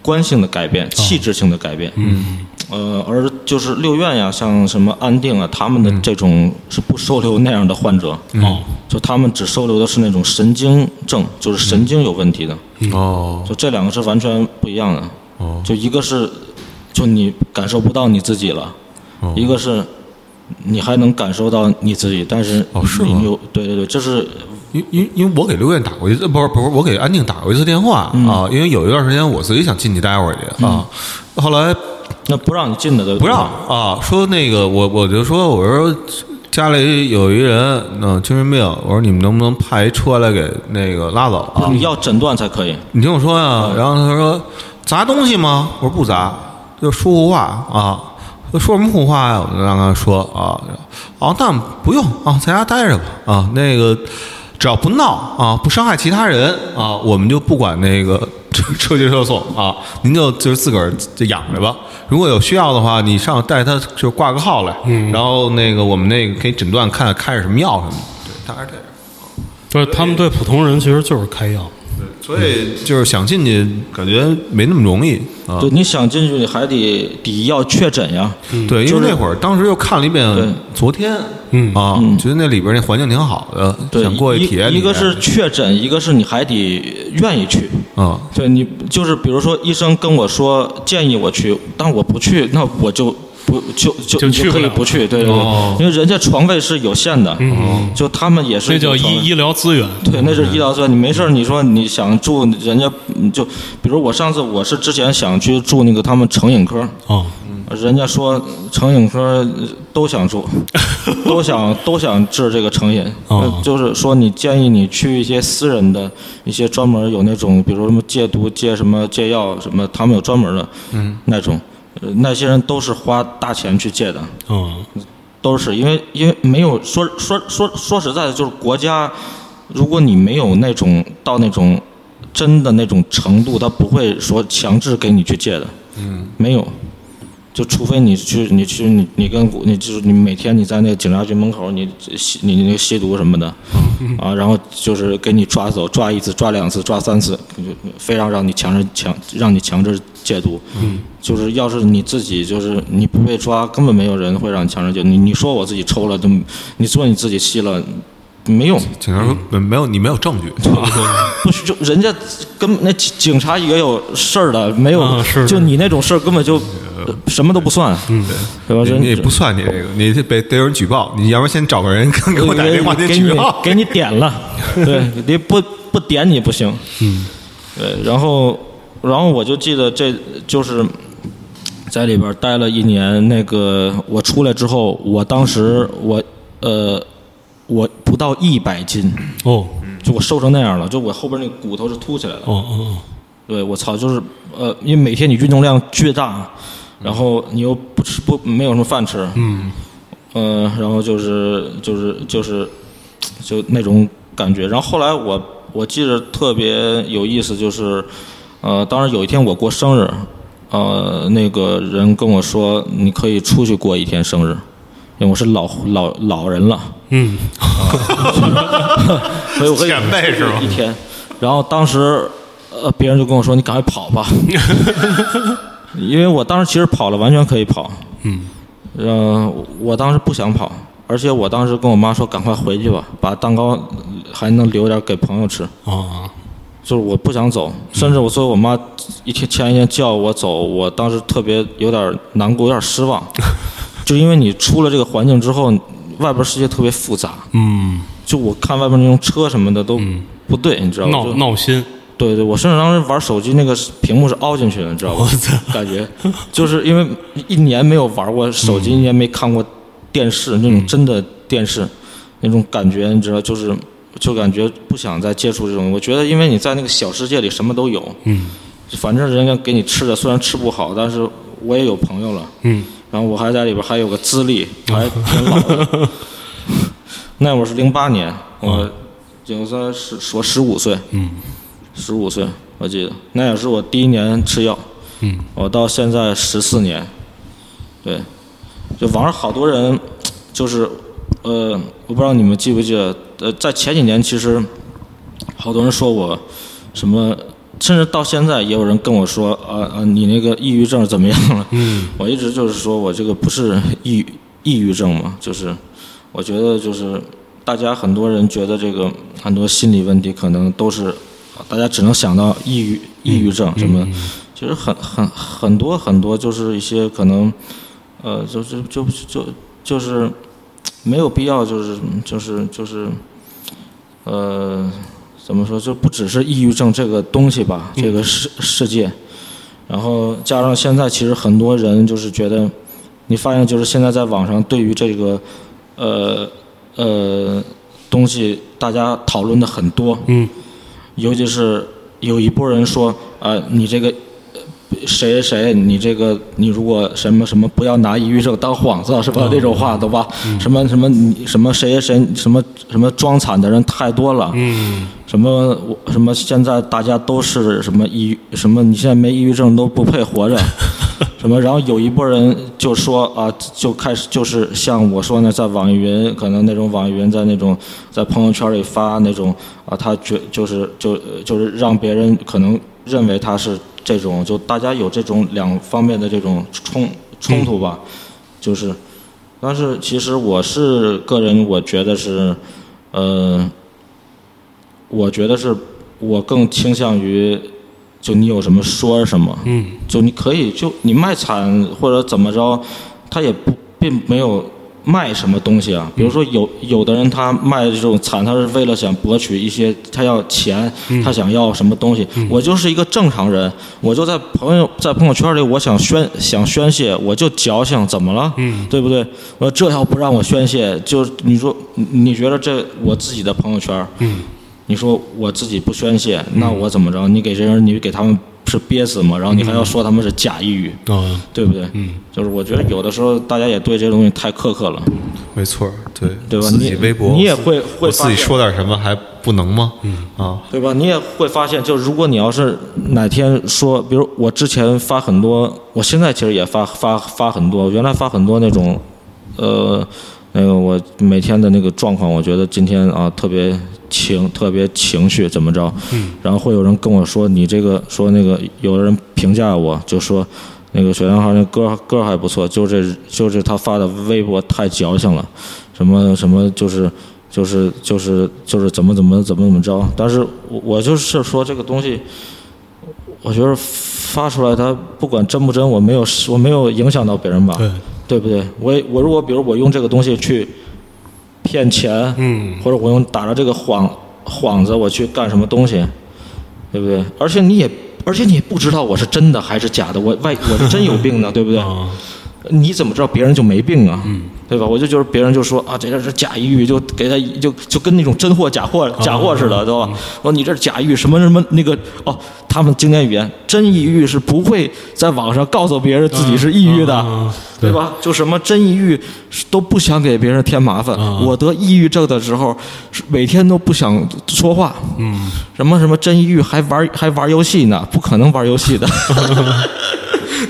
官性的改变，器质性的改变。嗯，呃，而就是六院呀，像什么安定啊，他们的
嗯
这种是不收留那样的患者，
哦，
就他们只收留的是那种神经症，就是神经有问题的，
嗯哦
就这两个是完全不一样的。
哦
就一个是，就你感受不到你自己了，
哦
一个是你还能感受到你自己，但是
哦是
你
吗
你有对对对，这是
因因因为我给刘院打过一次，呃不是不是，我给安定打过一次电话、啊，因为有一段时间我自己想进去待会儿去啊，后来
那不让你进的，对
不
对
让啊，说那个我我就说我说家里有一人嗯、精神病，我说你们能不能派一车来给那个拉走啊？
你要诊断才可以。
你听我说呀，然后他说砸东西吗？我说不砸，就说胡话啊。说什么胡话呀？我就让他说啊，哦，那不用啊，在家待着吧啊，那个只要不闹啊，不伤害其他人啊，我们就不管那个 *laughs* 车车接车送啊，您就就是自个儿就养着吧。如果有需要的话，你上带他就挂个号来，然后那个我们那个可以诊断看看开着什么药什么的。对，大概是这样。
对，他们对普通人其实就是开药，
所以就是想进去，感觉没那么容易啊。
对，你想进去，你还得得要确诊呀。
对，
嗯
因
就
为
是
那会儿当时又看了一遍
对
昨天，
嗯
啊，觉得那里边那环境挺好的，
对，
想过去
一
体验体嗯
一
验。
个是确诊，一个是你还得愿意去。
啊，
对你就是比如说医生跟我说建议我去，但我不去，那我就。不就就
就
你
去不
可以
了
不去，对对对，
哦
因为人家床位是有限的，就他们也
嗯
是
这叫
有床位
医嗯医疗资源。
对，那是医疗资源。你没事儿，你说你想住人家，你就比如我上次我是之前想去住那个他们成瘾科，
哦，
人家说成瘾科都想住，都想都想治这个成瘾，
哦
就是说你建议你去一些私人的一些专门有那种，比如什么戒毒、戒什么、戒药什么，他们有专门的，嗯，那种，呃那些人都是花大钱去戒的，
嗯，
都是因为因为没有说说说说实在的，就是国家，如果你没有那种到那种真的那种程度，他不会说强制给你去戒的，嗯，没有，就除非你去你去你你跟你就是你每天你在那个警察局门口你吸你你那个吸毒什么的，啊，然后就是给你抓走，抓一次抓两次抓三次，就非要让你强制强让你强制戒毒，就是要是你自己就是你不被抓，根本没有人会让你强制戒。你你说我自己抽了，都你说你自己吸了，没用，
警察说
嗯
没没有你没有证据，啊
不是就人家根本那警警察也有事儿的，没有、
啊是
就你那种事儿根本就呃什么都不算，嗯，对吧？人
你也不算你这个，你得被得有人举报，你要不然先找个人 *laughs* 给我打电话先
给
举
你 *laughs*
报。
给你点了，
*laughs*
对，你不不点你不行。嗯，对，然后然后我就记得这就是在里边待了一年。那个我出来之后，我当时我呃我不到一百斤，
哦，
就我瘦成那样了，就我后边那个骨头是凸起来了
哦。哦，
对我操，就是呃，因为每天你运动量巨大，然后你又不吃不没有什么饭吃，嗯，呃，然后就是就是就是就那种感觉。然后后来我我记得特别有意思，就是呃，当时有一天我过生日，呃，那个人跟我说你可以出去过一天生日，因为我是老老老人了，
嗯，
*laughs* 所以我可以
前辈是吧
一天，然后当时呃，别人就跟我说：“你赶快跑
*laughs*
吧。”因为我当时其实跑了，完全可以跑。
嗯，
呃，我当时不想跑，而且我当时跟我妈说：“赶快回去吧，把蛋糕还能留点给朋友吃。”
哦，
就是我不想走，甚至我说我妈一天前一天叫我走，我当时特别有点难过，有点失
*laughs*
望，就因为你出了这个环境之后，外边世界特别复杂，
嗯，
就我看外边那种车什么的都不对，你知道吗？
闹
就
闹心，
对对，我甚至当时玩手机那个屏幕是凹进去的，你知道吧？感觉就是因为一年没有玩过手
嗯
机，一年没看过电视那种真的电视，那种感觉你知道，就是就感觉不想再接触这种。我觉得因为你在那个小世界里什么都有，
嗯
反正人家给你吃的虽然吃不好，但是我也有朋友了，
嗯，
然后我还在里边还有个
*laughs*
资历，还挺老的。 *laughs* 那会儿是零八年，
嗯
我就算是说十五岁，嗯，十五岁我记得，那也是我第一年吃药，
嗯，
我到现在十四年，对，就网上好多人，就是呃，我不知道你们记不记得，呃，在前几年其实好多人说我什么甚至到现在也有人跟我说，啊啊，你那个抑郁症怎么样了？嗯， *laughs* 我一直就是说我这个不是抑郁抑郁症嘛，就是我觉得就是大家很多人觉得这个很多心理问题可能都是大家只能想到抑郁抑郁症什么的，其实很很很多很多就是一些可能呃，就是就就就是没有必要，就是就是就是，呃，怎么说，就不只是抑郁症这个东西吧，这个世世界，然后加上现在其实很多人就是觉得，你发现就是现在在网上对于这个，呃呃东西大家讨论的很多，
嗯，
尤其是有一波人说，啊，你这个谁谁谁，你这个你如果什么什么，不要拿抑郁症当幌子，是吧？这种话对吧？什么什么你什么谁谁谁什么什么装惨的人太多了，
嗯，
什么我什么现在大家都是什么抑郁什么你现在没抑郁症都不配活着，什么然后有一波人就说啊，就开始就是像我说呢，在网易云可能那种网易云在那种在朋友圈里发那种啊，他觉就是就就是让别人可能认为他是这种，就大家有这种两方面的这种冲冲突吧，就是，但是其实我是个人，我觉得是，呃。我觉得是我更倾向于，就你有什么说什么，嗯，就你可以就你卖惨或者怎么着，他也不并没有卖什么东西啊。比如说有有的人他卖这种惨，他是为了想博取一些他要钱，他想要什么东西。我就是一个正常人，我就在朋友在朋友圈里，我想宣想宣泄，我就矫情，怎么了？嗯，对不对？我这要不让我宣泄，就你说你你觉得这我自己的朋友圈，嗯。你说我自己不宣泄，那我怎么着？你给这些人，你给他们是憋死吗？然后你还要说他们是假抑郁，
哦啊
嗯，
对不对？嗯，就是我觉得有的时候大家也对这东西太苛刻了，
没错，对
对吧？
自己
你
微博，
你也
我自
会会
我自
发
己
现，
说点什么还不能吗？嗯啊，
对吧？你也会发现，就如果你要是哪天说，比如我之前发很多，我现在其实也发发发很多，原来发很多那种，呃，那个我每天的那个状况，我觉得今天啊特别情特别情绪怎么着，然后会有人跟我说你这个说那个，有的人评价我就说。那个小杨号那歌歌还不错，就这就是他发的微博太矫情了，什么什么就是就是就是就是怎么怎么怎么怎么着，但是我我就是说这个东西，我觉得发出来它不管真不真，我没有我没有影响到别人吧，
对
对不对？我也我如果比如我用这个东西去骗钱，
嗯，
或者我用打着这个幌幌子我去干什么东西，对不对？而且你也而且你也不知道我是真的还是假的，我万一我是真有
*laughs*
病呢，对不对？
啊，嗯
你怎么知道别人就没病啊？对吧？我就觉得别人就说啊，这人是假抑郁，就给他就就跟那种真货假
啊
货假货似的，对吧？说你这是假抑郁，什么什么那个哦，他们经典语言，真抑郁是不会在网上告诉别人自己是抑郁的，
嗯嗯嗯
对吧？就什么真抑郁都不想给别人添麻烦。我得抑郁症的时候，是每天都不想说话，嗯，什么什么真抑郁还玩还玩游戏呢，不可能玩游 *laughs* 戏的。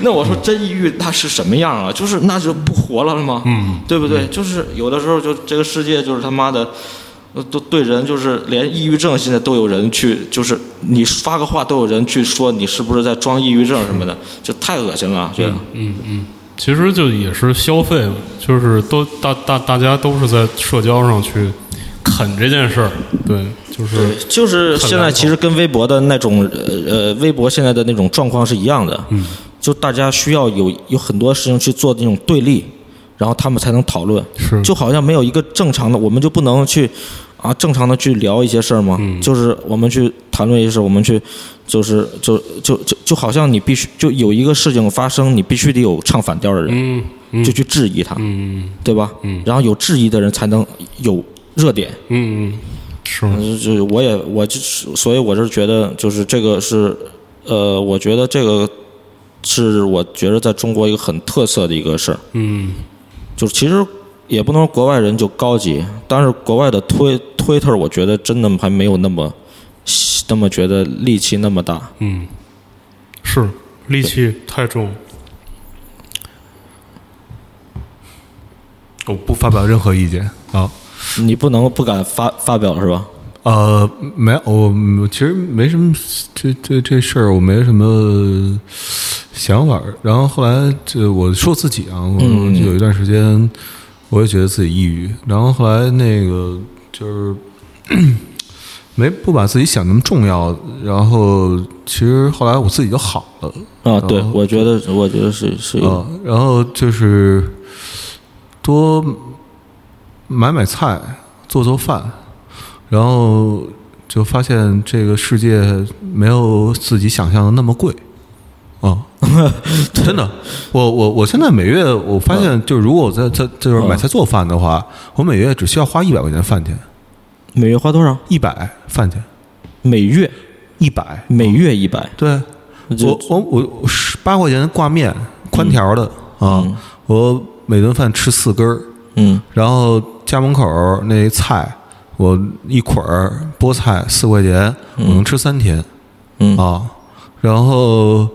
那我说真抑郁那是什么样啊？就是那就不活了吗？嗯，对不对？就是有的时候就这个世界就是他妈的，呃都对人就是连抑郁症现在都有人去，就是你发个话都有人去说你是不是在装抑郁症什么的，这太恶心了，觉得。
其实就也是消费嘛，就是都大大大家都是在社交上去啃这件事儿，对，就是
就是现在其实跟微博的那种呃呃微博现在的那种状况是一样的，嗯，就大家需要有有很多事情去做那种对立，然后他们才能讨论，
是
就好像没有一个正常的，我们就不能去啊正常的去聊一些事儿吗？
嗯
就是我们去谈论一些事，我们去就是就就就就好像你必须就有一个事情发生，你必须得有唱反调的人，
嗯嗯
就去质疑他，
嗯
对吧？嗯，然后有质疑的人才能有热点，
嗯嗯，是
嗯就是我也我就是，所以我是觉得就是这个是，呃，我觉得这个是我觉得在中国一个很特色的一个事儿，
嗯
就是其实也不能说国外人就高级，但是国外的推推特，我觉得真的还没有那么那么觉得力气那么大，
嗯是戾气太重，
我不发表任何意见啊，啊
你不能不敢发发表是吧？
呃，没有，我嗯其实没什么，这这这事儿我没什么想法儿。然后后来这我说自己啊，我就有一段时间我也觉得自己抑郁，然后后来那个就是 *coughs* 没不把自己想那么重要，然后其实后来我自己就好了。
啊，对，
哦
我觉得我觉得是是有
啊，然后就是多买买菜，做做饭，然后就发现这个世界没有自己想象的那么贵啊。真的，我我我现在每月我发现，就是如果我在在就是买菜做饭的话，我每月只需要花一百块钱饭钱，
每月花多少？
一百饭钱，
每月
一百，
每月一
哦
百，
对，
就
我我我我十八块钱挂面宽条的、啊，我每顿饭吃四根儿，
嗯，
然后家门口儿那菜我一捆儿菠菜四块钱，我能吃三天，
嗯
啊，然后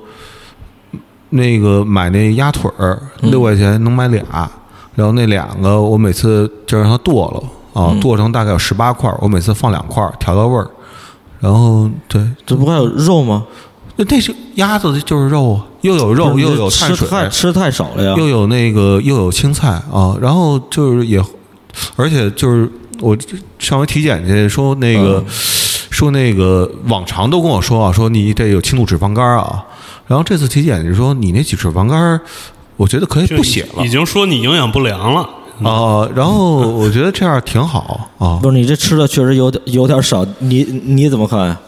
那个买那鸭腿儿
嗯
六块钱能买俩，然后那两个我每次就让它剁了啊，
嗯
剁成大概有十八块儿，我每次放两块儿调到味儿，然后对，
这不还有肉吗？
那那是鸭子，就是肉啊，又有肉，
不是
又有
吃
碳水，
太吃太少了呀。
又有那个又有青菜啊，然后就是也，而且就是我上回体检去说那个、
嗯
说那个往常都跟我说啊，说你这有轻度脂肪肝啊，然后这次体检就说你那脂肪肝儿，我觉得可以不写了
已经说你营养不良了。
啊，然后我觉得这样挺好啊，
不是你这吃的确实有点有点少，你你怎么看呀？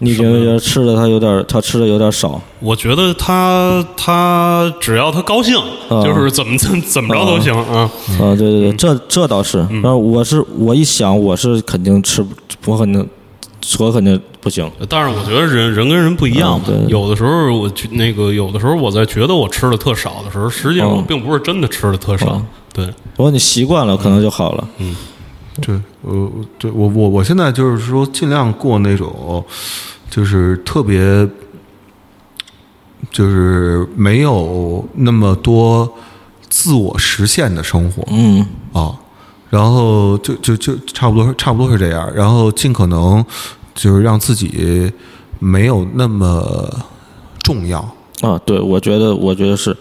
你觉不觉得吃的他有点他吃的有点少？
我觉得他他只要他高兴，
啊
就是怎么怎怎么着都行啊。
嗯
啊，对对对，这这倒是。但是我是我一想，我是肯定吃不，我肯定我肯定不行。
呃但是我觉得人人跟人不一样
啊，对
有的时候我觉那个有的时候我在觉得我吃的特少的时候，实际上我
嗯
并不是真的吃的特少
嗯。
对，
不过你习惯了，可能就好
嗯
了。
对，呃，我对我我我现在就是说尽量过那种，就是特别，就是没有那么多自我实现的生活
嗯
啊，然后就就就差不多差不多是这样，然后尽可能就是让自己没有那么重要，
啊，对，我觉得我觉得是，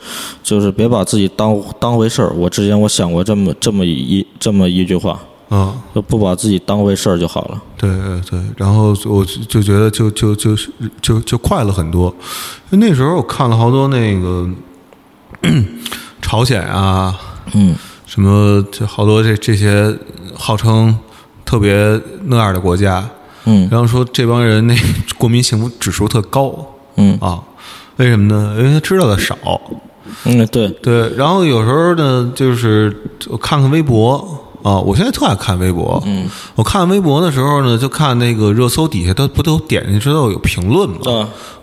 就是别把自己当当回事儿。我之前我想过这么这么一这么一句话，
嗯。
就不把自己当回事儿就好了。
对对对，然后我就就觉得就就就是就就快乐很多。那时候我看了好多那个朝鲜啊，
嗯，
什么就好多这这些号称特别那样的国家，
嗯
然后说这帮人那 *laughs* 国民幸福指数特高
嗯
啊，为什么呢？因为他知道的少。
嗯，对，
对，然后有时候呢，就是我看看微博啊，我现在特爱看微博。嗯，我看微博的时候呢，就看那个热搜底下，它不都点进去都有评论吗？
啊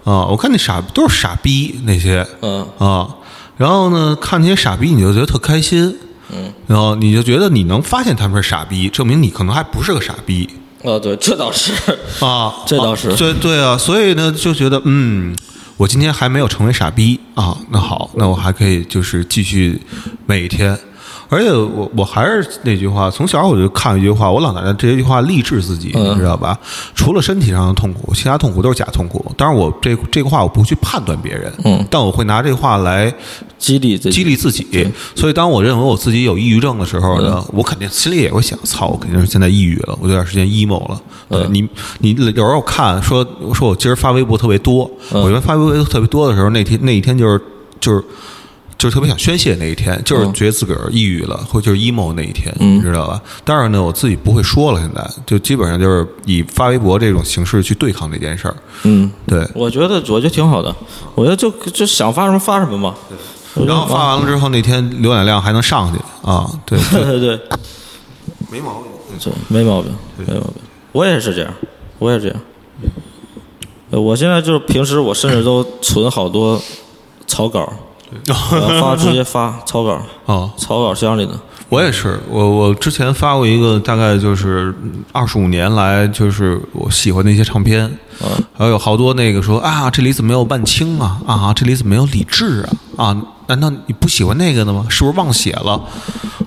啊，我看那傻都是傻逼那些
嗯
啊，然后呢，看那些傻逼，你就觉得特开心。嗯，然后你就觉得你能发现他们是傻逼，证明你可能还不是个傻逼
啊，对，这倒是，
啊。
*laughs* 这倒是
啊对对啊，所以呢，就觉得嗯。我今天还没有成为傻逼啊，那好，那我还可以就是继续每一天，而且我我还是那句话，从小我就看一句话，我老奶奶这句话励志自己，
嗯
你知道吧？除了身体上的痛苦，其他痛苦都是假痛苦。当然，我这这个话我不去判断别人，
嗯，
但我会拿这话来
激励自己，
激励自己。所以，当我认为我自己有抑郁症的时候呢，我肯定心里也会想：操，我肯定是现在抑郁了，我这段时间 emo 了。对你，你有时候看说说我今儿发微博特别多，我觉得发微博特别多的时候，那天那一天就是就是。就是特别想宣泄那一天，就是觉得自个儿抑郁了，或者就是 emo 那一天，你知道吧？当然呢，我自己不会说了，现在就基本上就是以发微博这种形式去对抗这件事儿。
嗯，
对，
我觉得我觉得挺好的，我觉得就就想发什么发什么吧。
然后发完了之后，那天浏览量还能上去啊，对，
对 *laughs* 对对，
没毛病。
这没毛病，没毛病。我也是这样，我也这样。呃我现在就是平时我甚至都存好多草稿，呃发直接发草稿，
哦，
草稿箱
*laughs*
里的。
我也是，我我之前发过一个，大概就是二十五年来，就是我喜欢的一些唱片，还有好多那个说啊，这里怎么没有万青啊？啊，这里怎么没有李志啊？啊，难道你不喜欢那个的吗？是不是忘写了？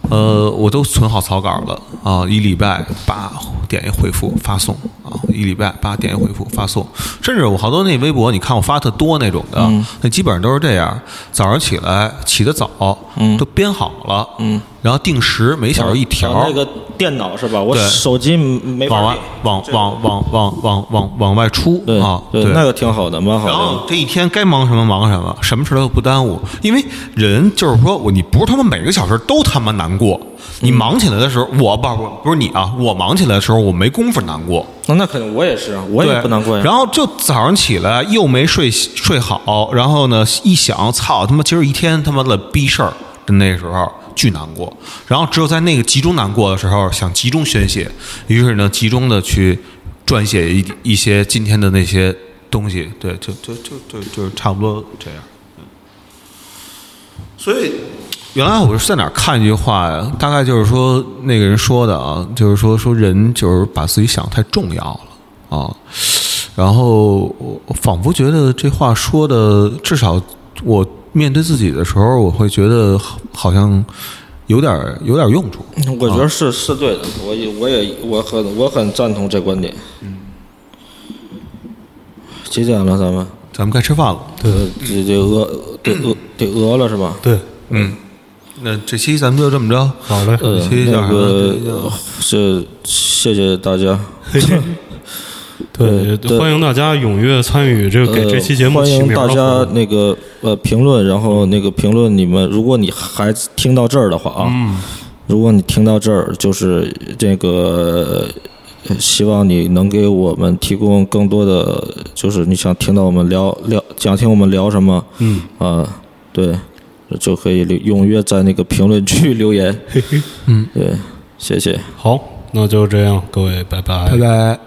呃，我都存好草稿了啊，一礼拜叭点一回复发送啊，一礼拜叭点一回复发送，甚至我好多那微博，你看我发的多那种的，
嗯
那基本上都是这样，早上起来起得早，
嗯
都编好了，然后定时每小时一条，
那个电脑是吧？我
对
手机没
往
法
外
点
往往往往往往往外出
对
啊，
对，那个挺好的，蛮好
然后
的。
这一天该忙什么忙什么，什么事儿都不耽误，因为人就是说我你不是他妈每个小时都他妈难过，你忙起来的时候，我不不不是你啊，我忙起来的时候我没工夫难过，
那那肯定，我也是，啊我也
对
不难过呀。
然后就早上起来又没睡睡好，然后呢一想，操他妈，今儿一天他妈的逼事儿，那时候巨难过。然后只有在那个集中难过的时候，想集中宣泄，于是呢集中的去撰写一一些今天的那些东西，对，就就就就就差不多这样。所以原来我是在哪嗯儿看一句话呀？大概就是说那个人说的啊，就是说说人就是把自己想太重要了啊，然后我仿佛觉得这话说的，至少我面对自己的时候，我会觉得好好像有点儿有点儿用处。
嗯我觉得是是对的，我也我也我很我很赞同这观点。几点了？咱们
咱们该吃饭了，
对得得饿得饿得饿了是吧？
对，
嗯，那这期咱们就这么着，
好嘞，
这
呃，
期叫
那
什么？
个是谢谢大家，
对，
也
呃对
欢迎大家踊跃参与这个给
呃
这期节目
欢
起
迎
名
大
的活
家
动。
那个呃评论，然后那个评论你们，如果你还听到这儿的话啊，
嗯
如果你听到这儿，就是这个。呃希望你能给我们提供更多的，就是你想听到我们聊聊，想听我们聊什么，嗯，啊、对，就可以留踊跃在那个评论区留 *laughs* 言，嗯，对，谢谢。
好，那就这样，各位，拜拜
拜拜。